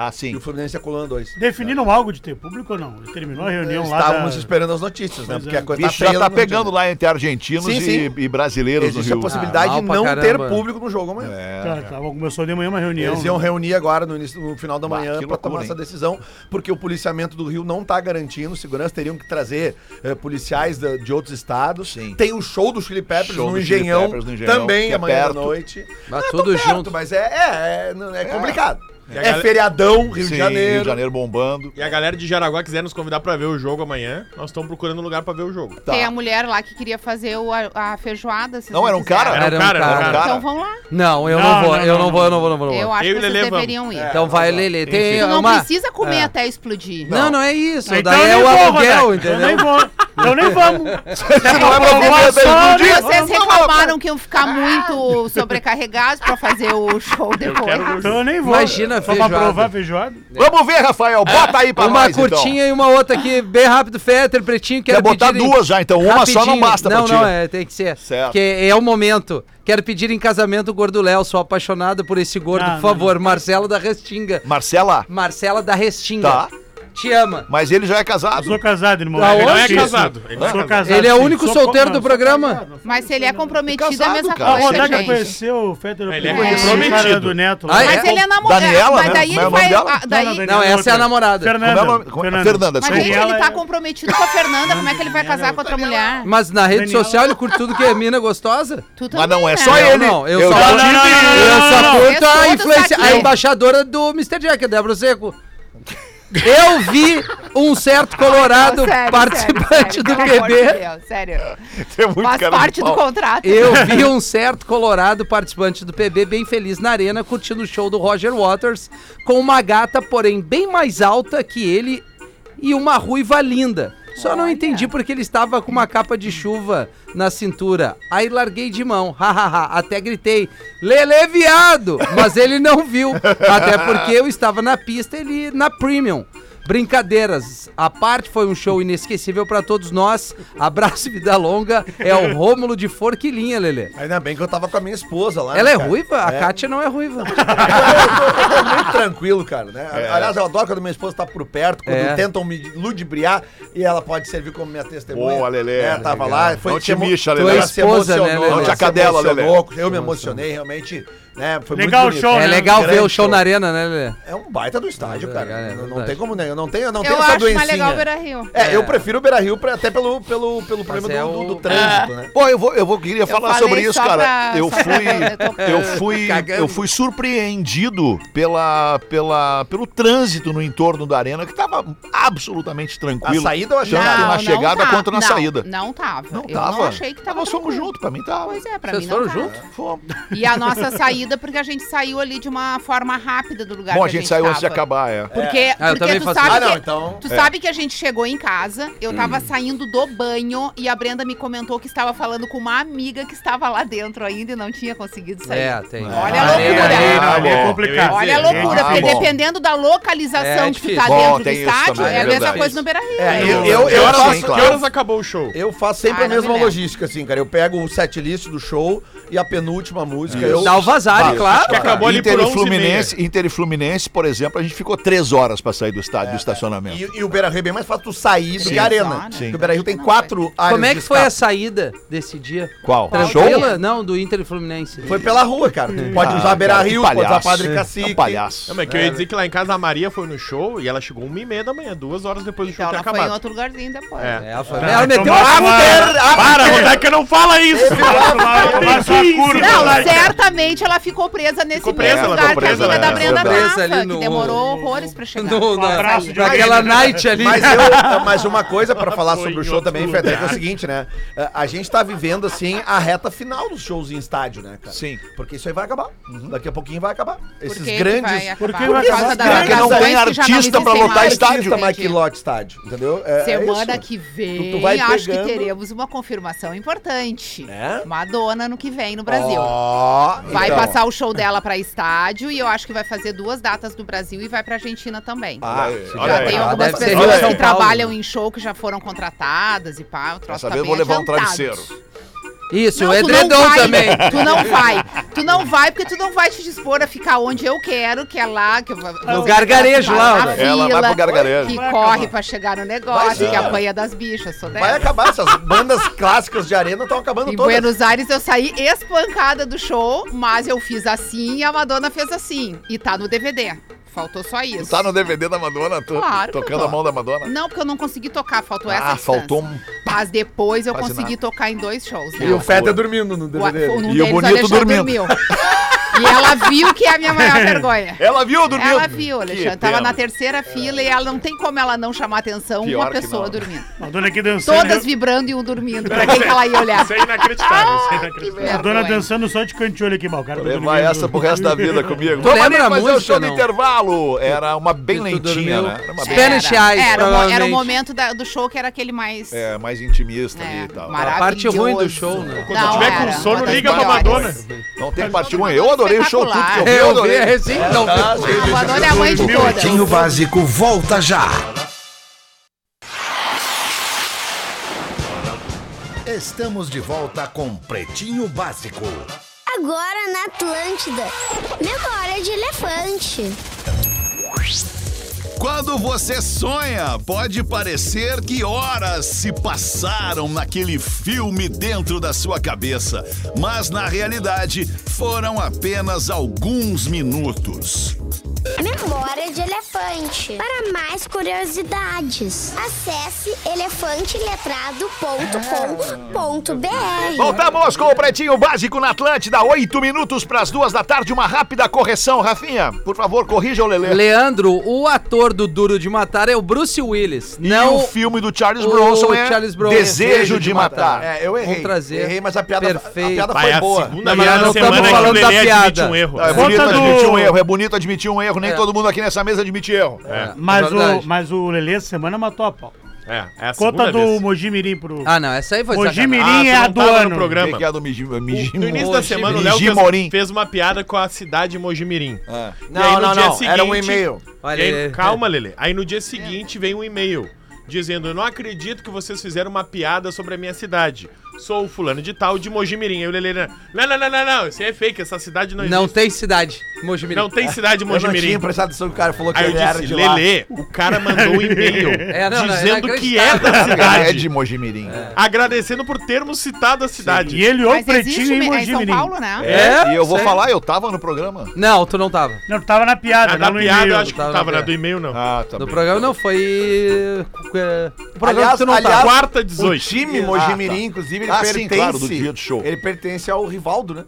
S10: Ah,
S8: E
S10: sim.
S8: o Fluminense é coluna 2.
S6: Definiram algo de ter público ou não? Terminou a reunião lá.
S8: Estávamos
S6: da-
S8: esperando as notícias, né?
S6: Pois
S8: Porque
S6: é.
S8: a coisa
S10: Bicho
S8: feia
S10: já tá
S8: no
S10: pegando
S8: dia.
S10: lá entre argentinos
S8: Sim,
S10: e-
S8: sim.
S10: E, brasileiros
S8: Existe a
S10: no Rio.
S8: possibilidade
S5: Ah, mal
S8: de
S5: pra
S8: não
S5: caramba.
S8: ter público no jogo amanhã.
S6: Tá, tá, começou de manhã uma reunião.
S8: Eles iam
S6: né?
S8: reunir agora no, início, no final da
S10: Bah,
S8: manhã
S10: que
S8: para tomar
S10: loucura,
S8: essa
S10: hein?
S8: decisão, porque o policiamento do Rio não tá garantindo segurança, teriam que trazer eh, policiais da- de outros estados.
S10: Sim.
S8: Tem o show do Chili Peppers,
S10: Show
S8: no,
S10: do Chili
S8: Engenhão,
S10: Peppers no Engenhão,
S8: também
S10: que é
S8: amanhã à
S10: perto.
S8: noite.
S5: Mas
S8: Ah,
S5: tudo
S8: tá perto,
S5: junto.
S8: Mas é, é, é, não- é complicado.
S7: E a
S8: É
S7: galera-
S8: feriadão, Rio
S10: Sim,
S8: de Janeiro.
S10: Rio de Janeiro bombando.
S7: E a galera de Jaraguá quiser nos convidar pra ver o jogo amanhã, nós estamos procurando um lugar pra ver o jogo.
S9: Tem a mulher lá que queria fazer o- a, a feijoada. vocês
S10: Não, era um
S9: quiseram.
S10: cara?
S5: Era um
S7: cara, era um
S5: cara.
S10: cara.
S9: Então vão lá.
S5: Não, eu não,
S6: Não,
S5: vou,
S6: não,
S5: eu
S6: não,
S5: não, vou, eu não vou, não vou, não vou.
S9: Eu acho
S7: Eu e
S9: que vocês
S7: Lelê vamos.
S9: deveriam ir.
S5: Então vai, Lele. Tem
S9: Tu não
S5: uma...
S9: precisa comer até explodir.
S5: Não, não é isso.
S6: Então
S5: Daí
S6: nem
S5: é o
S6: vou,
S5: aluguel,
S6: Rodaica. Eu nem
S5: entendeu?
S6: vou. Eu nem vamos.
S10: Não é pra
S6: Eu
S10: comer
S6: só-
S10: bem
S6: eu
S10: fudido?
S9: Vocês reclamaram que iam ficar muito sobrecarregados pra fazer o show depois.
S6: Então eu nem vou.
S5: Imagina a
S6: Só pra
S5: feijoada.
S6: provar feijoada.
S10: Vamos ver, Rafael.
S8: É.
S10: Bota aí pra
S5: Uma
S10: nós, então.
S5: curtinha e uma outra aqui, bem rápido, Fetter, pretinho. Quero
S10: Quer botar
S5: pedir em-
S10: duas já, então. Uma só não
S5: Rapidinho.
S10: basta
S5: Não,
S10: pra ti. né?
S5: não, é, tem que ser.
S10: Certo.
S5: Que é o momento. Quero pedir em casamento o Gordo Léo, sou apaixonado por esse gordo,
S6: Não,
S5: por favor. Marcelo da Restinga.
S10: Marcela,
S5: Marcela da Restinga.
S10: Tá.
S5: Te ama.
S10: mas ele já é
S6: Eu sou
S10: casado.
S6: casado, irmão.
S5: Tá
S6: Eu
S7: Ele não é
S6: disse isso.
S7: casado. Ele não é
S6: Eu sou
S7: casado.
S6: casado.
S5: Ele é o
S6: sim.
S5: único
S6: Sou
S5: solteiro
S6: co- não,
S5: do programa.
S6: sou casado.
S9: Mas se ele é comprometido, é a
S10: Casado,
S9: mesma
S10: cara.
S6: A
S10: Esse
S9: coisa,
S6: Rodaica
S9: gente.
S6: conheceu o Fetter.
S7: Ele é
S6: conheci o
S7: comprometido.
S6: cara do Neto. lá.
S5: Ah,
S9: Mas
S5: É,
S9: ele é namorado.
S10: Daniela,
S9: mas
S10: né?
S9: daí
S10: Como é
S9: ele
S10: o nome
S9: vai.
S10: dela?
S9: ah, daai-
S6: Não, não,
S5: Não, essa é a namorada.
S6: Fernanda.
S10: Como é o nome? Como é-
S6: Fernanda.
S10: Fernanda,
S9: Mas,
S10: desculpa.
S9: gente, ele tá
S6: Daniela-
S9: comprometido com a Fernanda. Como é que ele vai casar com outra mulher?
S5: Mas na rede
S6: Daniela.
S5: social ele curte tudo que é mina gostosa.
S9: Tu
S10: Mas não é
S9: né?
S10: só
S5: Não,
S10: ele.
S5: não, eu
S10: eu
S5: só-
S10: só
S5: Não,
S10: tive-
S6: não,
S5: eu
S9: é
S6: não,
S5: só
S6: não.
S5: curto
S9: Pessoa
S5: a
S9: do
S5: influência, a
S9: saquinho.
S5: embaixadora do Mr. Jack, a Débora Seco. Eu vi um certo colorado
S9: Não, sério,
S5: participante
S9: sério, sério,
S5: do
S9: pelo amor de
S5: BB.
S9: Deus, Sério.
S10: Tem muito
S9: Faz
S10: cara de
S9: parte do
S10: pau.
S9: contrato.
S5: Eu vi um certo colorado participante do PB bem feliz na arena curtindo o show do Roger Waters com uma gata, porém bem mais alta que ele e uma ruiva linda. Só não entendi porque ele estava com uma capa de chuva na cintura. Aí larguei de mão, hahaha, até gritei, Lele viado! Mas ele não viu, até porque eu estava na pista e ele na premium. Brincadeiras à parte, foi um show inesquecível para todos nós. Abraço, vida longa. É o Rômulo de Forquilinha, Lelê.
S8: Ainda bem que eu tava com a minha esposa lá.
S5: Ela
S8: né,
S5: é
S8: cara?
S5: ruiva? A
S8: É.
S5: Kátia não é ruiva.
S8: Eu tô muito tranquilo, cara, né? Aliás, eu adoro quando minha esposa tá por perto, quando
S5: É.
S8: tentam me ludibriar e ela pode servir como minha testemunha.
S10: Boa, Lelê.
S8: É, tava lá. Foi,
S10: Não
S8: se
S10: te
S8: emo-
S10: mixa,
S5: Tua
S10: Lelê.
S8: ela se
S5: esposa, né,
S8: emocionou,
S5: Lelê?
S8: ela
S10: Não te
S8: se
S10: acadela,
S8: emocionou, Eu me emocionei, realmente, né? Foi
S6: Legal o
S8: muito bonito.
S6: show,
S5: É
S6: né?
S5: legal ver o
S8: Grande
S5: show na arena, né, Lelê?
S8: É um baita do estádio,
S5: É
S8: cara.
S5: verdade, é
S8: não, não
S5: verdade.
S8: tem como, né? Eu não tenho, eu não
S9: Eu
S8: tenho essa
S9: acho
S8: doencinha.
S9: mais legal o Beira Rio.
S8: É, eu
S5: É.
S8: prefiro o Beira Rio pra- até pelo, pelo, pelo problema
S5: é
S8: do, do-
S5: o-
S8: do trânsito, né?
S10: Pô, eu vou, eu vou queria falar
S9: falei
S10: sobre isso,
S9: só
S10: cara.
S9: pra-
S10: eu
S9: só pra-
S10: fui, eu fui,
S5: Cagando.
S10: eu fui surpreendido pela, pela, pelo trânsito no entorno da arena que tava absolutamente
S8: A
S10: tranquilo.
S8: saída eu achei.
S10: Não,
S8: uma-
S10: na chegada
S9: tá-
S10: quanto na
S9: não,
S10: saída.
S9: Não tava.
S10: Não
S9: eu
S10: tava.
S9: não achei que tava
S10: Nós fomos
S9: tranquilo.
S10: juntos, pra mim tá tava.
S9: Pois é, pra
S10: Vocês
S9: mim
S10: foram
S9: não tava.
S10: juntos? Fomos.
S9: E a nossa saída, porque a gente saiu ali de uma forma rápida do lugar
S10: Bom,
S9: que
S10: a gente saiu antes de
S9: tava.
S10: acabar, é.
S9: Porque,
S5: Ah, eu
S9: porque
S5: também
S9: tu
S5: faço
S9: sabe
S5: isso.
S8: Ah, não,
S9: que,
S8: então.
S9: tu sabe que a gente chegou em casa, eu tava
S10: Hum.
S9: saindo do banho e a Brenda me comentou que estava falando com uma amiga que estava lá dentro ainda e não tinha conseguido sair.
S5: É, tem.
S9: Olha a
S5: Na arena,
S9: loucura.
S5: aí, não.
S6: Ali é
S10: bom.
S6: complicado.
S9: Olha a
S7: Quer dizer,
S9: loucura,
S10: ah,
S9: porque
S10: bom.
S9: dependendo da localização
S5: É
S9: que tu tá
S5: difícil.
S10: Bom,
S9: dentro do
S10: tem isso
S9: estádio,
S10: também,
S9: é
S10: é
S9: a mesma
S10: verdade.
S9: coisa no Beira Rio.
S8: É, eu,
S10: Eu-
S8: eu, eu
S10: eu
S8: era
S10: acho
S8: assim,
S10: que-
S7: Que
S10: claro.
S7: horas acabou o show?
S8: Eu faço sempre
S9: Ah,
S8: a
S9: não
S8: mesma
S9: me lembro.
S8: logística, assim, cara. Eu pego o set list do show e a penúltima música. Eu... Ah,
S5: Dá o vazar, claro.
S7: que acabou ali por
S10: Inter e
S7: 11
S10: Fluminense, Inter e Fluminense, por exemplo, a gente ficou três horas pra sair do estádio, do estacionamento.
S8: E, e o Beira Rio é bem mais fácil tu sair do que a
S9: Sim.
S8: arena. Porque o Beira Rio tem quatro áreas.
S5: Como é que
S8: de
S5: foi a
S8: escape.
S5: saída desse dia?
S10: Qual?
S5: Tranquila? Não, do Inter e Fluminense.
S8: Foi pela rua, cara. Tu pode
S10: Ah,
S8: usar Beira
S10: cara, que
S8: Rio, pode usar
S10: palhaço.
S8: Padre
S10: É
S8: Cacique.
S10: um palhaço.
S7: Não, mas que
S9: É.
S7: eu ia dizer que lá em casa a Maria foi no show e ela chegou uma e meia da manhã, duas horas depois do
S9: Então
S7: show ter
S9: ela foi em
S7: acabado.
S9: outro lugarzinho depois.
S7: É.
S5: Ela, foi...
S6: Ah,
S5: ela meteu
S6: tomar
S5: a
S6: uma-
S7: tá- Para, Rodaica, não fala isso!
S2: tá
S6: Tomar sua curva,
S9: Não,
S2: né?
S6: Rodaica.
S9: certamente ela ficou presa nesse
S7: Ficou presa,
S9: mesmo
S7: ela
S9: lugar
S10: ficou
S9: que a
S10: presa,
S9: amiga
S10: é,
S9: da Brenda
S5: verdade.
S9: Rafa,
S5: Presa ali no-
S9: que demorou horrores pra chegar.
S5: no,
S6: Um abraço
S5: na,
S6: de
S5: naquela
S6: alguém.
S5: night ali.
S8: Mas, eu, mas uma coisa pra falar
S7: Foi
S8: sobre o
S7: em
S8: show
S7: outro
S8: também,
S7: lugar.
S8: Fede, é o seguinte, né? Eh, A gente tá vivendo, assim, a reta final dos shows em estádio, né, cara?
S10: Sim.
S8: Porque isso aí vai acabar. Daqui a pouquinho vai acabar. Esses
S9: que que
S8: grandes.
S9: vai acabar?
S6: Por que
S9: Por
S6: vai
S9: causa
S6: acabar?
S9: da-
S6: Porque
S9: das
S10: não tem
S9: razões que já não
S10: artista pra
S9: existem
S10: lotar
S9: mais.
S10: estádio.
S8: Artista, mas que lote estádio, entendeu? É- é
S9: Semana
S8: isso.
S9: que vem,
S8: é Tu- tu vai
S9: acho que
S8: pegando.
S9: teremos uma confirmação importante.
S8: É?
S9: Madonna no que vem no Brasil.
S8: Ó,
S9: Vai
S8: então.
S9: passar o show dela pra estádio e eu acho que vai fazer duas datas do Brasil e vai pra Argentina também.
S8: Ah,
S10: olha
S9: já
S10: aí.
S9: tem
S5: Ah,
S9: algumas
S5: deve ser
S9: pessoas
S5: Rio
S9: que
S5: São Paulo.
S9: trabalham em show que já foram contratadas e pá, o troço
S10: Essa
S9: tá
S10: vez eu
S9: bem
S10: vou levar um
S9: adiantado.
S10: travesseiro.
S5: Isso,
S9: Não,
S5: o
S9: tu não
S5: edredom
S9: vai,
S5: também.
S9: Tu não vai. Tu não vai porque tu não vai te dispor a ficar onde eu quero, que é lá. Que eu, no
S5: gargarejo lá,
S9: Na
S5: né?
S4: Ela vai
S9: fila,
S4: pro gargarejo.
S9: Que
S6: Vai
S9: corre
S6: acabar.
S9: pra chegar no negócio, que apanha das bichas. Sou
S8: Vai
S9: dessa.
S8: acabar, essas bandas clássicas de arena estão acabando
S9: né? Em
S8: todas.
S9: Buenos Aires eu saí espancada do show, mas eu fiz assim e a Madonna fez assim. E tá no DVD. Faltou só isso.
S4: Tá no DVD da Madonna, to-
S9: Claro que eu
S4: tocando
S9: tô.
S4: a mão da Madonna.
S9: Não, porque eu não consegui tocar, faltou essa
S4: Ah,
S9: distância.
S4: faltou um.
S9: Mas depois eu
S4: Quase
S9: consegui tocar em dois shows. né?
S8: E o Feta dormindo no
S9: O-
S8: DVD.
S9: um
S4: E o
S9: deles,
S4: bonito
S9: Alexandre,
S4: dormindo.
S9: dormiu. e ela viu que é a minha maior vergonha.
S4: Ela viu, dormiu?
S9: Ela viu, Alexandre.
S4: Que
S9: Tava
S4: pena.
S9: na terceira fila e ela não tem como ela não chamar atenção
S4: Pior
S9: uma
S4: que
S9: pessoa
S4: não.
S9: dormindo.
S6: Madonna aqui dançando.
S9: Todas vibrando e um dormindo, pra quem ela ia olhar. Ah,
S7: Isso é inacreditável, isso é inacreditável.
S9: vergonha.
S6: Madonna dançando só de cantiolho aqui, mal. Cara, tá
S4: Levar
S6: dormindo.
S4: essa pro resto da vida comigo.
S5: Tu lembra
S4: Vamos ali
S5: a
S4: fazer o
S5: música,
S4: show do
S5: não?
S4: intervalo. Era uma bem
S5: Tu
S4: lentinha,
S5: dormiu?
S4: né? Era uma bem...
S5: Espera. Spanish Eyes,
S9: era, o mo- era o
S5: provavelmente.
S9: momento da- do show que era aquele mais.
S4: É, mais intimista ali
S9: né,
S4: e tal.
S5: A parte ruim do show, né?
S7: Quando tiver com
S9: era
S7: sono,
S9: uma das
S7: liga pra
S9: maiores.
S7: Madonna.
S4: Não tem parte ruim. Tipo, Eu adorei o show tudo que eu vi. Eu
S5: Eu vi,
S4: adorei.
S5: recém, não.
S9: A Madonna é a mãe de todas.
S11: Básico volta já.
S2: Estamos de volta com Pretinho Básico.
S12: Agora na Atlântida. Memória de elefante.
S2: Quando você sonha, pode parecer que horas se passaram naquele filme dentro da sua cabeça, mas na realidade foram apenas alguns minutos.
S12: Memória de elefante. Para mais curiosidades, acesse elefanteletrado.com.br.
S4: Voltamos com o Pretinho Básico na Atlântida. Oito minutos pras duas da tarde. Uma rápida correção, Rafinha. Por favor, corrija o Lelê.
S5: Leandro, o ator do Duro de Matar é o Bruce Willis.
S4: E o
S5: Não
S4: filme do Charles
S5: o
S4: Bronson é
S5: Charles Bronson,
S4: Desejo de Matar.
S8: É, eu errei.
S5: Vamos trazer.
S8: Errei, mas a piada, a
S5: Perfeito.
S8: piada
S7: Vai, é
S8: foi
S7: a
S8: boa.
S7: segunda
S5: Não, mas
S7: vez na
S5: não tamo
S7: semana que o
S5: falando da
S7: Lelê admite
S5: piada.
S7: um erro.
S4: É
S6: Conta
S4: bonito
S6: do-
S4: admitir um erro, é bonito admitir um erro, nem
S5: É.
S4: todo mundo aqui nessa mesa admite erro.
S6: Mas,
S5: Verdade.
S6: o, mas o Lelê essa semana matou a pau.
S7: É, é a segunda
S6: Conta do
S7: vez.
S6: Mogi Mirim pro.
S5: Ah, não, essa aí foi
S6: Mogi
S5: sacanagem.
S6: Mirim é
S7: tu
S6: a
S7: não
S6: do
S7: tava
S6: ano.
S7: No
S4: O
S7: programa.
S4: que que é do Migi- Migi-
S7: No início da semana, o Léo
S4: Migi
S7: fez,
S4: Morim?
S7: fez uma piada com a cidade de Mojimirim.
S4: Ah.
S7: E aí,
S8: Não,
S7: no
S8: não,
S7: dia
S8: não. Era um
S7: seguinte-
S8: e-mail.
S5: Olha,
S7: E aí,
S5: ele-
S7: calma, Lele. Aí no dia seguinte vem um e-mail dizendo: Eu não acredito que vocês fizeram uma piada sobre a minha cidade. Sou o fulano de tal de Mojimirim. Aí o Lele, não, não, não, não, não, isso aí é fake, essa cidade não,
S5: Não
S7: existe.
S5: tem cidade, Mogi Mirim.
S7: Não tem cidade de
S8: Eu não tinha
S7: Mojimirim.
S8: prestado atenção que o cara falou que
S7: Aí eu
S8: ele era
S7: disse,
S8: de lá.
S7: Lele, o cara mandou um e-mail
S5: É, não, não, é
S7: dizendo que é da
S5: inacreditável.
S4: É
S7: cidade,
S4: de Mojimirim. É.
S7: agradecendo por termos citado a cidade.
S6: E ele ou
S9: Mas
S6: pretinho
S9: existe
S6: em
S9: me- é em
S6: Mogi
S9: São
S6: Mirim.
S9: Paulo, né?
S5: É?
S4: E eu vou falar, eu tava no programa.
S5: Não, tu não tava.
S6: Não, tava na piada,
S7: Ah,
S6: não
S7: da
S6: no
S7: piada,
S6: e-mail.
S7: eu acho que
S5: Tava
S7: não
S5: na
S7: tava, na
S5: piada.
S7: do e-mail não.
S4: Ah, tá
S5: No
S4: bem.
S5: programa não, foi... eh, eh, O programa que
S8: Aliás, tá
S5: tu não
S8: aliás,
S5: tava.
S7: Quarta,
S8: O
S7: 18.
S8: time Mojimirim, inclusive, ele
S4: tá. Ah,
S8: pertence...
S4: sim, claro, do dia do show.
S8: Ele pertence ao Rivaldo, né?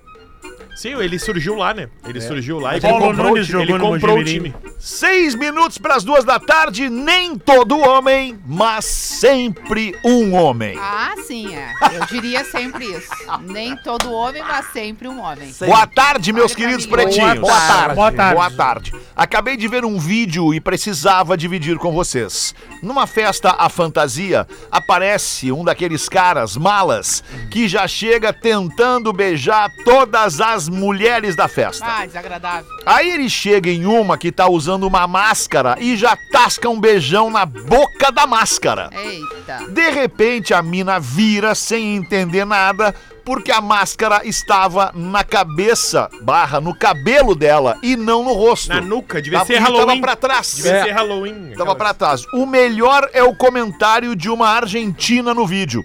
S7: Sim, ele surgiu lá, né? Ele surgiu lá e
S6: Paulo
S7: comprou
S6: Nunes
S7: o time.
S6: jogou
S7: Ele
S6: no
S7: comprou o
S6: Mojimirim.
S7: time.
S4: Seis minutos pras duas da tarde, nem todo homem, mas sempre um homem.
S9: Ah, sim, é. Eu diria sempre isso. Nem todo homem, mas sempre um homem.
S4: Boa tarde, meus
S9: Olha pra
S4: queridos
S9: mim.
S4: pretinhos.
S9: Boa tarde.
S6: Boa tarde.
S4: Boa tarde. Acabei de ver um vídeo e precisava dividir com vocês. Numa festa à fantasia, aparece um daqueles caras malas que já chega tentando beijar todas as mulheres da festa.
S7: Tá
S9: Ah, desagradável.
S4: Aí ele chega em uma que tá usando uma máscara e já tasca um beijão na boca da máscara.
S9: Eita.
S4: De repente a mina vira sem entender nada, porque a máscara estava na cabeça, barra, no cabelo dela e não no rosto.
S7: Na nuca, devia
S4: Tava-
S7: ser
S4: e
S7: Halloween.
S4: Tava pra trás.
S7: Devia ser Halloween.
S4: Tava
S7: aquelas-
S4: pra trás. O melhor é o comentário de uma argentina no vídeo.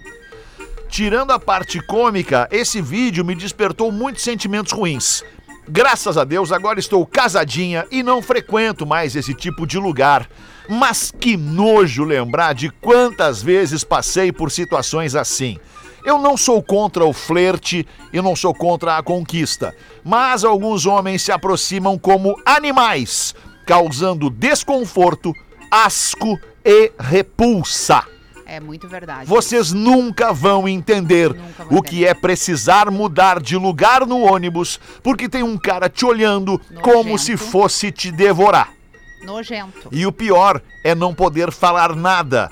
S4: Tirando a parte cômica, esse vídeo me despertou muitos sentimentos ruins. Graças a Deus, agora estou casadinha e não frequento mais esse tipo de lugar. Mas que nojo lembrar de quantas vezes passei por situações assim. Eu não sou contra o flerte e não sou contra a conquista, mas alguns homens se aproximam como animais, causando desconforto, asco e repulsa.
S9: É muito verdade.
S4: Vocês nunca vão entender
S9: Nunca vão
S4: o que
S9: entender.
S4: é precisar mudar de lugar no ônibus porque tem um cara te olhando como se
S9: Nojento.
S4: fosse te devorar.
S9: Nojento.
S4: E o pior é não poder falar nada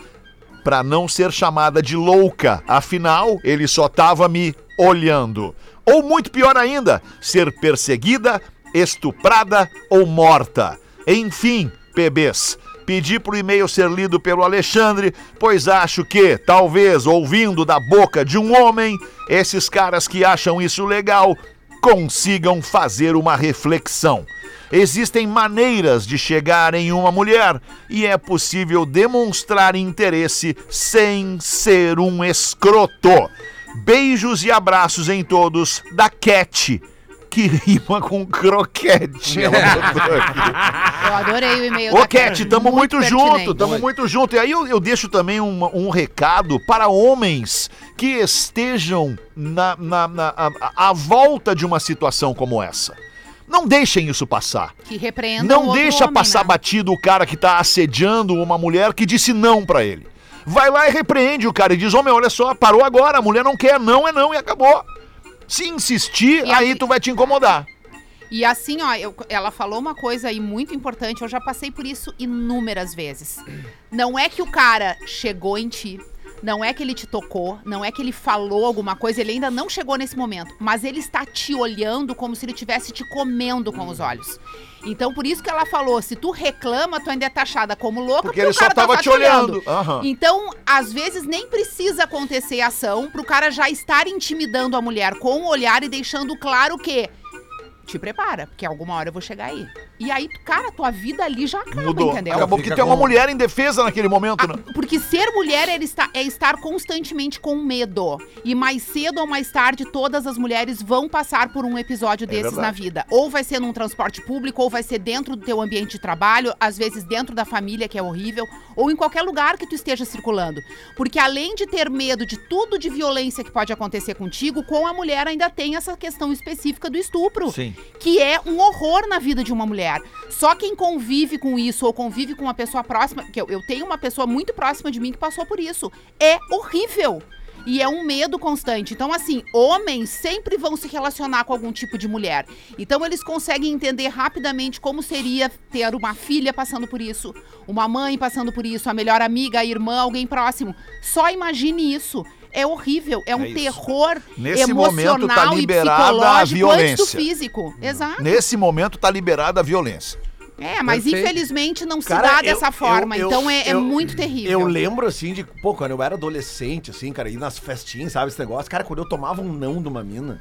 S4: pra não ser chamada de louca, afinal ele só tava me olhando. Ou muito pior ainda, ser perseguida, estuprada ou morta. Enfim, bebês, Pedi pro e-mail ser lido pelo Alexandre, pois acho que, talvez ouvindo da boca de um homem, esses caras que acham isso legal consigam fazer uma reflexão. Existem maneiras de chegar em uma mulher e é possível demonstrar interesse sem ser um escroto. Beijos e abraços em todos da Cat, que rima com croquete. Ela botou aqui.
S9: Eu adorei o e-mail
S4: Ô,
S9: da
S4: Cat, tamo muito,
S9: pertinente.
S4: junto, tamo muito junto. E aí eu, eu deixo também um, um recado para homens que estejam na, na- na- a- a- à volta de uma situação como essa. Não deixem isso passar.
S9: Que repreenda o
S4: Não
S9: outro
S4: deixa
S9: homem,
S4: passar
S9: né?
S4: batido o cara que tá assediando uma mulher que disse não pra ele. Vai lá e repreende o cara e diz: homem, olha só, parou agora, a mulher não quer, não é não e acabou. Se insistir,
S9: E
S4: aí
S9: aqui-
S4: tu vai te incomodar.
S9: E assim, ó, eu- ela falou uma coisa aí muito importante, eu já passei por isso inúmeras vezes. Não é que o cara chegou em ti, não é que ele te tocou, não é que ele falou alguma coisa, ele ainda não chegou nesse momento, mas ele está te olhando como se ele estivesse te comendo com os olhos. Então, por isso que ela falou, se tu reclama, tu ainda é taxada como louca,
S4: Porque ele
S9: o
S4: só
S9: cara tá
S4: tava te olhando. Ah, Aham.
S9: Então, às vezes, nem precisa acontecer a ação pro cara já estar intimidando a mulher com o olhar e deixando claro que te prepara, porque alguma hora eu vou chegar aí. E aí, cara, tua vida ali já acaba,
S4: Mudou.
S9: entendeu?
S4: Acabou porque
S8: Fica
S4: tem uma
S8: com-
S4: mulher indefesa naquele momento, né?
S9: Ah, Porque ser mulher é estar, é estar constantemente com medo. E mais cedo ou mais tarde, todas as mulheres vão passar por um episódio desses na
S4: É verdade.
S9: vida. Ou vai ser num transporte público, ou vai ser dentro do teu ambiente de trabalho, às vezes dentro da família, que é horrível, ou em qualquer lugar que tu esteja circulando. Porque além de ter medo de tudo de violência que pode acontecer contigo, com a mulher ainda tem essa questão específica do estupro
S4: Sim.
S9: que é um horror na vida de uma mulher. Só quem convive com isso ou convive com uma pessoa próxima, que eu, eu tenho uma pessoa muito próxima de mim que passou por isso, é horrível. E é um medo constante. Então, assim, homens sempre vão se relacionar com algum tipo de mulher. Então, eles conseguem entender rapidamente como seria ter uma filha passando por isso, uma mãe passando por isso, a melhor amiga, a irmã, alguém próximo. Só imagine isso. É horrível, é um
S4: isso.
S9: terror
S4: Nesse
S9: emocional
S4: momento tá
S9: e
S4: liberada a
S9: psicológico antes do
S4: violência.
S9: físico. Exato.
S4: Nesse momento tá liberada a violência.
S9: É, mas
S5: Perfeito.
S9: infelizmente não se
S8: Cara,
S9: dá
S8: eu-
S9: dessa
S8: eu-
S9: forma.
S8: eu-
S9: então é, é
S8: eu-
S9: muito terrível.
S8: Eu lembro, assim, de, pô, quando eu era adolescente, assim, cara, e nas festinhas, sabe, esse negócio. Cara, quando eu tomava um não de uma mina,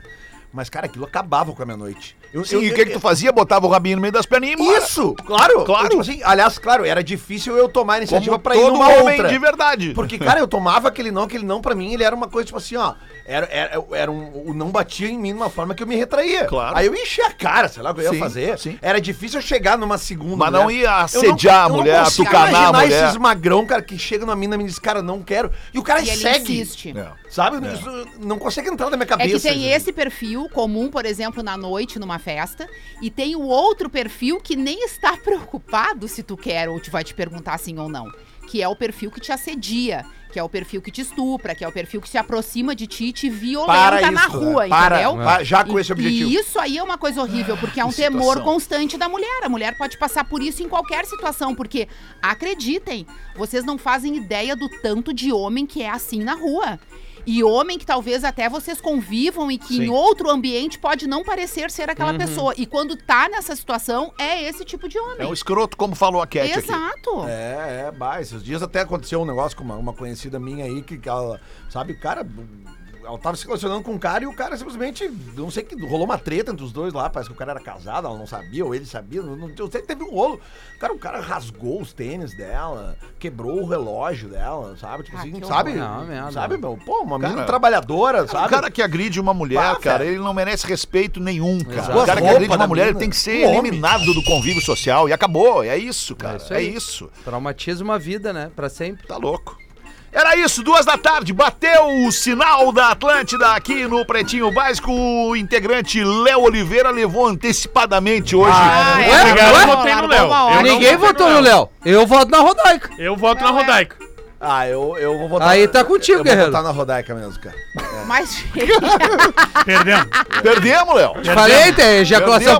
S8: mas, cara, aquilo acabava com a minha noite. Eu,
S4: Sim, e o que que tu fazia? Botava o rabinho no meio das perninhas e ia embora.
S8: Isso! Claro!
S4: Claro.
S8: Eu, tipo assim, aliás, claro, era difícil eu tomar a iniciativa
S4: Como
S8: pra ir
S4: todo
S8: numa
S4: homem
S8: outra.
S4: de verdade.
S8: Porque, cara, eu tomava aquele não, aquele não pra mim, ele era uma coisa, tipo assim, ó. Era, era, era um, o não batia em mim de uma forma que eu me retraía.
S4: Claro.
S8: Aí eu enchia a cara, sei lá o que eu
S4: Sim,
S8: ia fazer.
S4: sim.
S8: Era difícil eu chegar numa segunda.
S4: Mas não
S8: mulher.
S4: ia assediar
S8: Eu
S4: a
S8: não- eu
S4: mulher,
S8: não consigo
S4: atucanar a
S8: imaginar
S4: mulher.
S8: esses magrão, cara, que chega numa mina e me diz, cara, não quero. E o cara
S9: E ele
S8: segue.
S9: insiste.
S4: É.
S8: Sabe? Isso não consegue entrar na minha
S9: É
S8: cabeça.
S9: que tem
S8: gente.
S9: esse perfil comum, por exemplo, na noite, numa festa, e tem o outro perfil que nem está preocupado se tu quer ou te vai te perguntar sim ou não. Que é o perfil que te assedia, que é o perfil que te estupra, que é o perfil que se aproxima de ti e te violenta
S8: Para isso,
S9: na rua,
S8: né? Para,
S9: entendeu?
S8: pa- já com
S9: E-
S8: esse objetivo.
S9: E isso aí é uma coisa horrível, porque é um temor constante da mulher. A mulher pode passar por isso em qualquer situação, porque, acreditem, vocês não fazem ideia do tanto de homem que é assim na rua. E homem que talvez até vocês convivam e que em outro ambiente pode não parecer ser aquela
S4: Uhum.
S9: pessoa. E quando tá nessa situação, é esse tipo de
S4: É
S9: homem.
S4: um escroto, como falou a Cat aqui.
S9: Exato.
S8: É, é, bah, esses dias até aconteceu um negócio com uma, uma conhecida minha aí, que, que ela, sabe, o cara, ela tava se relacionando com um cara e o cara simplesmente, não sei que, rolou uma treta entre os dois lá, parece que o cara era casado, ela não sabia, ou ele sabia, não, não, eu sei que teve um rolo. Cara, o cara rasgou os tênis dela, quebrou o relógio dela, sabe, tipo
S9: Ah,
S8: assim,
S9: que
S8: sabe,
S5: horror. Não, merda.
S8: sabe, meu, pô, uma menina
S4: Cara,
S8: trabalhadora, sabe.
S4: O cara que agride uma mulher,
S8: Bah,
S4: cara,
S8: velho.
S4: ele não merece respeito nenhum, cara.
S8: Exato.
S4: O cara que
S8: Roupa
S4: agride
S8: da
S4: uma mulher, ele
S8: mina.
S4: tem que ser
S8: Um homem.
S4: eliminado do convívio social. E acabou, é isso, cara. É
S5: isso
S4: isso.
S5: aí. Traumatiza uma vida, né? Pra sempre.
S4: Tá louco. Era isso, duas da tarde, bateu o sinal da Atlântida aqui no Pretinho Básico. O integrante Léo Oliveira levou antecipadamente hoje.
S6: Ah,
S5: é?
S6: Obrigado,
S5: Ué?
S6: eu votei no Léo.
S9: Uma hora.
S6: Eu não
S5: Ninguém
S6: votei
S5: votou no Léo. Eu voto na Rodaica.
S9: é.
S6: Eu voto na Rodaica.
S8: Ah, eu, eu vou votar.
S5: Aí tá contigo,
S8: eu
S5: guerreiro.
S8: Vou votar na Rodaica mesmo, cara.
S9: Mas
S6: Perdemos.
S4: Perdemos, Léo.
S5: Te falei, tem ejaculação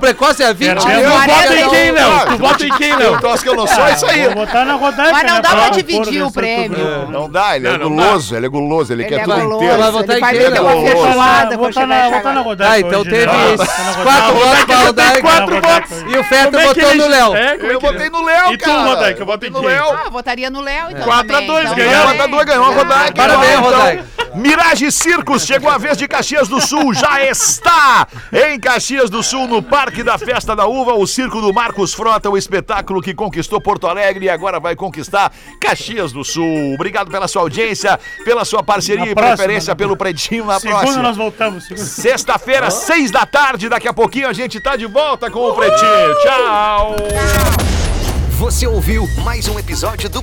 S4: Perdeu.
S5: precoce é 20.
S6: Perdeu. Tu vota em quem, Léo? Tu vota em quem, Léo?
S4: Eu acho que eu não sou isso aí.
S6: Vou botar na rodada.
S9: Mas não
S6: né,
S9: dá
S6: pra
S9: pra
S6: lá no
S9: dividir
S6: foro
S9: o
S6: desse
S9: prêmio.
S6: outro
S4: Não dá, ele é
S13: Não, não
S4: guloso, ele é guloso, ele,
S9: ele
S4: quer
S9: é
S4: tudo
S9: goloso,
S4: inteiro.
S5: Vai votar
S9: ele
S5: em
S9: vai
S5: quem,
S9: meter
S4: Léo?
S9: uma
S4: Vou
S9: fechada,
S6: falar,
S9: vou
S6: vou tá
S9: chegar
S6: na,
S9: já
S6: vou tá na
S9: agora.
S6: rodada.
S5: Ah, então
S6: hoje, né?
S5: teve
S6: Tá na
S5: esses
S6: rodada.
S5: quatro votos pra
S13: Tem
S5: Rodaica.
S13: quatro
S6: rodada.
S13: votos.
S5: E o Fetter
S13: Como é que
S5: botou
S13: ele-
S5: no Léo.
S13: É, como é
S4: Eu
S13: que
S4: botei
S13: ele-
S4: no Léo, cara.
S13: E tu, Rodaica, eu botei em
S4: no
S13: quem?
S4: Léo.
S9: Ah, eu votaria no Léo, então.
S13: Quatro a
S9: também,
S13: dois,
S9: então
S13: ganhamos.
S4: Ganhou,
S9: também.
S4: ganhou É. então. a rodada.
S5: Parabéns, Rodaica.
S4: Mirage Circos, chegou a vez de Caxias do Sul, já é está em Caxias do Sul, no Parque da Festa da Uva, o Circo do Marcos Frota, o espetáculo que conquistou Porto Alegre e agora vai conquistar Caxias do Sul. Obrigado pela sua audiência, pela sua parceria
S6: Na
S4: e
S6: próxima,
S4: preferência
S6: né?
S4: pelo Predinho na
S6: Segunda
S4: próxima.
S6: nós voltamos. segunda.
S4: Sexta-feira, seis da tarde, daqui a pouquinho a gente tá de volta com o Pretinho. Tchau!
S14: Você ouviu mais um episódio do